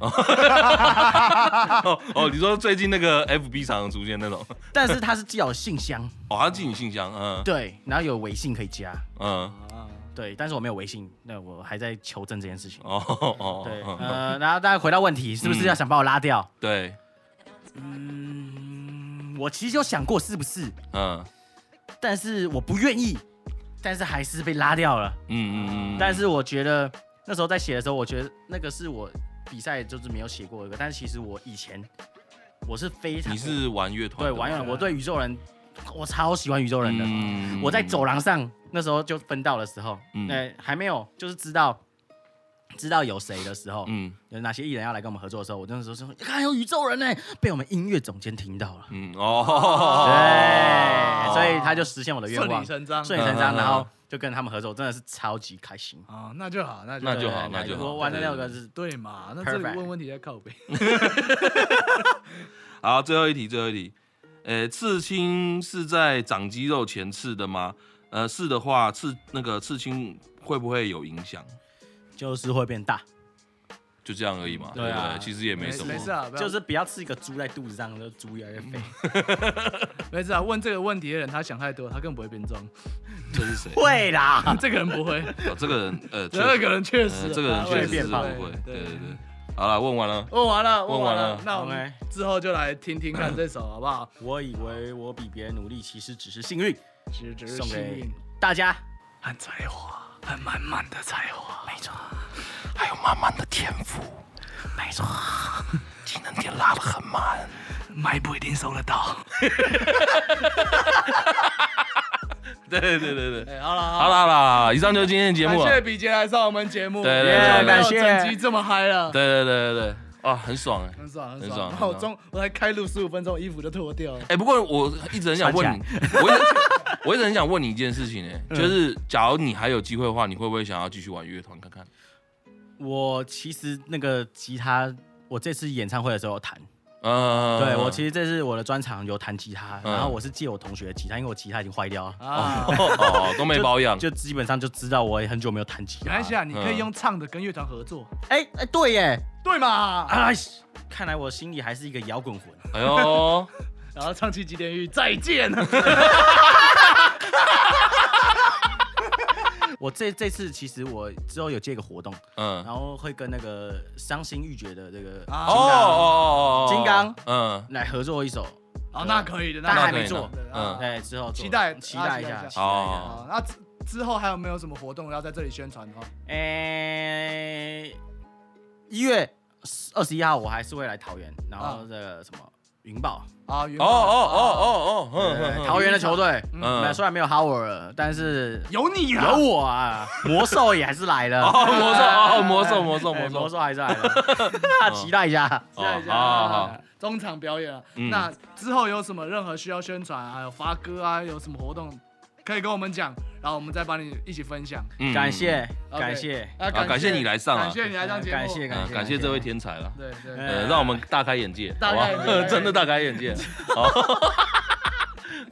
哦哦，你说最近那个 FB 常常出现那种，但是他是寄到我信箱，哦，他进你信箱，嗯对，然后有微信可以加，嗯，啊对，但是我没有微信，那我还在求证这件事情。哦哦哦，对，嗯呃，然后大家回到问题，是不是要想把我拉掉？对，嗯，我其实有想过是不是，嗯但是我不愿意，但是还是被拉掉了。嗯嗯嗯，但是我觉得那时候在写的时候，我觉得那个是我比赛就是没有写过的歌，但是其实我以前我是非常你是玩乐团对的吗，玩乐，我对宇宙人我超喜欢宇宙人的。嗯我在走廊上那时候就分到的时候，嗯呃，还没有就是知道知道有谁的时候，嗯有哪些艺人要来跟我们合作的时候，我那时候说，看有宇宙人呢，被我们音乐总监听到了，嗯对， 哦，所以他就实现我的愿顺望理，成章。顺理成嗯章，嗯嗯然后就跟他们合作，真的是超级开心。啊，那就好，那就那就好对哎那就好我玩的那个是对嘛？那这里 Perfect 问问题在靠背，好，最后一题，最后一题，呃，刺青是在长肌肉前刺的吗？呃，是的话，刺那个刺青会不会有影响？就是会变大，就这样而已嘛，对对不啊对？其实也没什么没。事啊，不要就是不要吃一个猪在肚子上，就猪越来越肥。嗯没事啊。问这个问题的人，他想太多，他更不会变 装。这是谁？会 啦，这个人不会，哦这个人，呃，确第实二个人确实呃啊，这个人他会确实变是不胖会。对对对对对，好了，问完了。问完了，问问完完了了，那我们 OK 之后就来听听看这首好不好？我以为我比别人努力，其实只是幸运。只只是送幸给运大家，和才华，和满满的才华，没错。还有满满的天赋，没 错，技能点拉的很满。买不一定收得到。对对对对对，哎，好了好好啦了，好啦，以上就是今天的节感目了谢。比杰来上我们节目，对对对没有感谢整集这么嗨了，对对对对对，啊，很爽哎。很爽很很爽爽。然后我很中我才开录十五分钟，衣服就脱掉了。哎，不过我一直很想问你，我一直我一直很想问你一件事情嗯哎，就是假如你还有机会的话，你会不会想要继续玩乐团看看？我其实那个吉他，我这次演唱会的时候有弹。嗯，对我其实这次我的专场有弹吉他，嗯然后我是借我同学的吉他，因为我吉他已经坏掉了，啊，哦都没保养，就基本上就知道我也很久没有弹吉嗯没他关系了。啊，你嗯可以用唱的跟乐团合作，哎哎，对耶，对嘛？啊哎，看来我心里还是一个摇滚魂。哎 呦，然后唱起《几点雨》，嗯再见。我这这次其实我之后有接一个活动，嗯，然哦后会跟那个伤心欲绝的这个啊哦哦哦，金刚，嗯，来合作一首，哦，那可以的，但那还可以没做的嗯啊哎，之后做期待期待一大家下，期哦待一下期待一下。好，那之之后还有没有什么活动要在这里宣传的话？哎，一月二十一号我还是会来桃园，然后啊这个什么云豹，啊，原哦本哦哦哦哦，嗯，对桃园的球队，嗯嗯，虽然没有 Howard，但是有你啊，有我啊，魔兽也还是来了，哦，魔兽哦，魔兽魔兽哎魔魔兽，兽还是 来了，大家期待一下。期待一下好啊好好，哎中场表演啊。嗯那之后有什么任何需要宣传啊，还有发歌啊，有什么活动可以跟我们讲，然后我们再帮你一起分享。嗯感谢， OK 感谢，啊啊感谢你来上啊感谢你来上节目，感谢，嗯，谢，感谢这位天才了，对对对哎呃，让我们大开眼界，哎大好开吧眼界大开眼？界 真的大开眼界。好，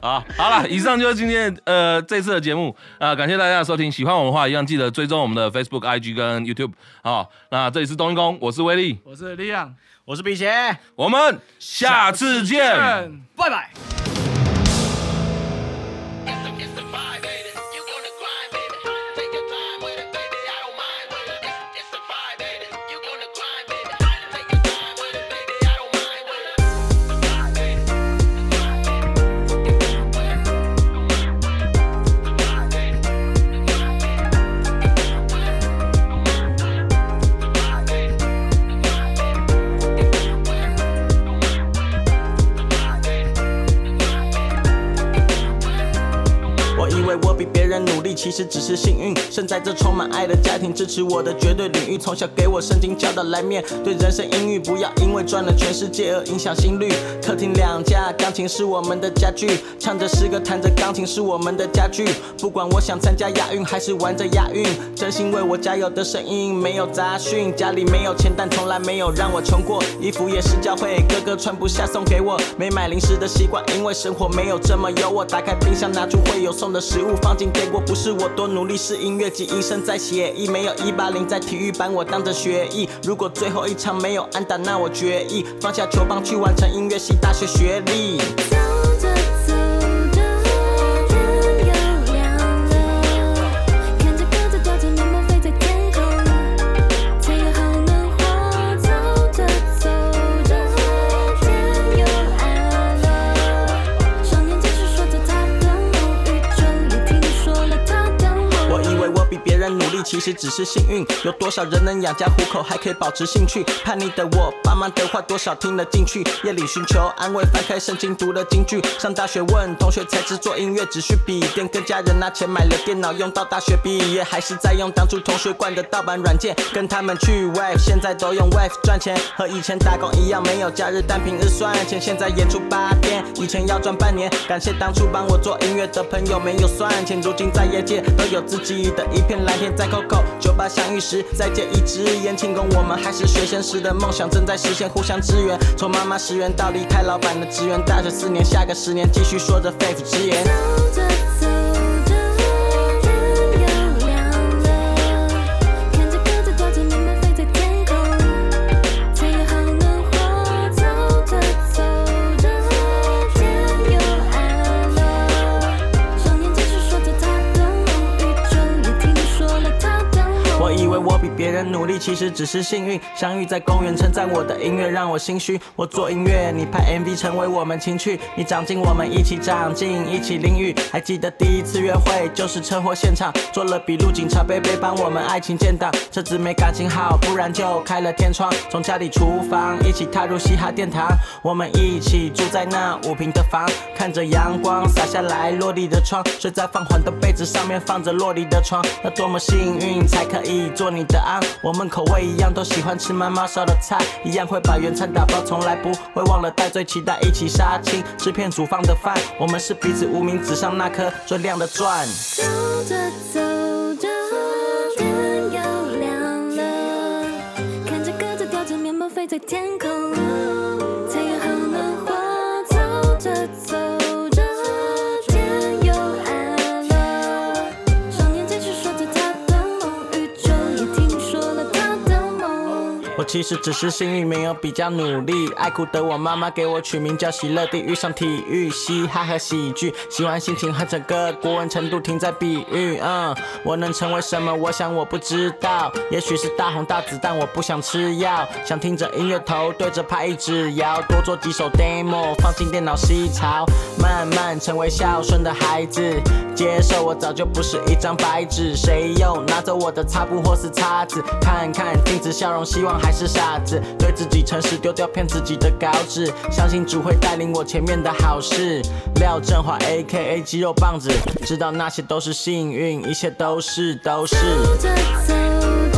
好，好了，以上就是今天呃这次的节目啊、呃感谢大家的收听。喜欢我们的话，一样记得追踪我们的 Facebook、IG 跟 YouTube。好，那这里是东英工，我是威力，我是 Leon，我是碧鞋，我们下次见。拜拜。 It's the vibe, baby. You gonna grind, baby. Take your time with it, baby. I don't mind with it. It's the vibe, baby. You gonna grind, baby. Take your time with it, baby. I don't mind with it. The vibe, baby. The vibe, baby. Take your time with it. Don't mind with it. The vibe, baby. The vibe, baby. Take your time with it. Don't mind with it. The vibe, baby. The vibe, baby. Take your time with it. Don't mind with it. The vibe, baby. The vibe, baby. Take your time with it. 我以为我比别人努力，其实只是幸运。身在这充满爱的家庭，支持我的绝对领域，从小给我圣经教导来面对人生阴郁，不要因为赚了全世界而影响心率。客厅两架钢琴是我们的家具，唱着诗歌弹着钢琴是我们的家具。不管我想参加亚运还是玩着亚运，真心为我加油的声音没有杂讯，家里没有钱，但从来没有让我穷过，衣服也是教会哥哥穿不下送给我，没买零食的习惯，因为生活没有这么优渥。我打开冰箱拿出会有送的食物放进电锅，不是我多努力，是音乐及医生在协议，没有一八零在体育班我当着学艺。如果最后一场没有安打，那我决意放下球棒去完成音乐系大学学历。走着走着，天又亮了，看着鸽子叼着面包飞在天空，才有好年华。走着走着，天又暗了，双眼继续说着他的梦，宇宙也听说了他的梦。我以为我比别人努力，其实只是幸运。有多少人能养家糊口，还可以保持兴趣？叛逆的我，爸妈的话多少听了进去。夜里寻求安慰，翻开圣经读了京剧。上大学问同学才知做音乐只需笔电，跟家人拿钱买了电脑，用到大学毕业还是在用当初同学灌的盗版软件，跟他们去 Wave，现在都用 Wave 赚钱，和以前打工一样没有假日，但平日算钱。现在演出八天，以前要赚半年。感谢当初帮我做音乐的朋友，没有算钱，如今在业界都有自己的一片蓝天。在 COCO 酒吧相遇时，再借一支烟，庆功我们还是学生时的梦想正在实现，互相支援。从妈妈十元到离开老板的职员，大学四年，下个十年继续说着肺腑之言走。着走着，天又亮了，看着鸽子叼着面包飞在天空，别人努力，其实只是幸运。相遇在公园，称赞我的音乐让我心虚。我做音乐，你拍 MV，成为我们情趣。你长进，我们一起长进，一起淋雨。还记得第一次约会，就是车祸现场，做了笔录，警察杯杯帮我们爱情建档。这姊妹感情好，不然就开了天窗，从家里厨房一起踏入嘻哈殿堂。我们一起住在那五平的房，看着阳光洒下来，落地的窗，睡在放缓的被子上面放着落地的床，那多么幸运才可以做你的安。我们口味一样，都喜欢吃妈妈烧的菜，一样会把原餐打包，从来不会忘了带。最期待一起杀青，制片组放的饭，我们是彼此无名指上那颗最亮的钻。走着走着，天又亮了，看着各自叼着面包飞在天空，太阳好暖和。走着走着，天又暗了，双眼继续说着他的梦，宇宙也听说了他的梦。我其实只是幸运，没有比较努力。爱哭的我妈妈给我取名叫喜乐地，遇上体育、嘻哈和喜剧，喜欢心情和整个国文程度停在比喻。嗯，我能成为什么？我想我不知道，也许是大红大紫，但我不想吃药，想听着音乐头对着拍一直摇，多做几首 demo 放进电脑吸潮，慢慢成为孝顺的孩子，接受我早就不是一张白纸，谁又拿走我的擦布或是叉子？看看镜子笑容，希望还是傻子，对自己诚实，丢掉骗自己的稿纸，相信主会带领我前面的好事。廖振华 A K A 肌肉棒子，知道那些都是幸运，一切都是都是。走着走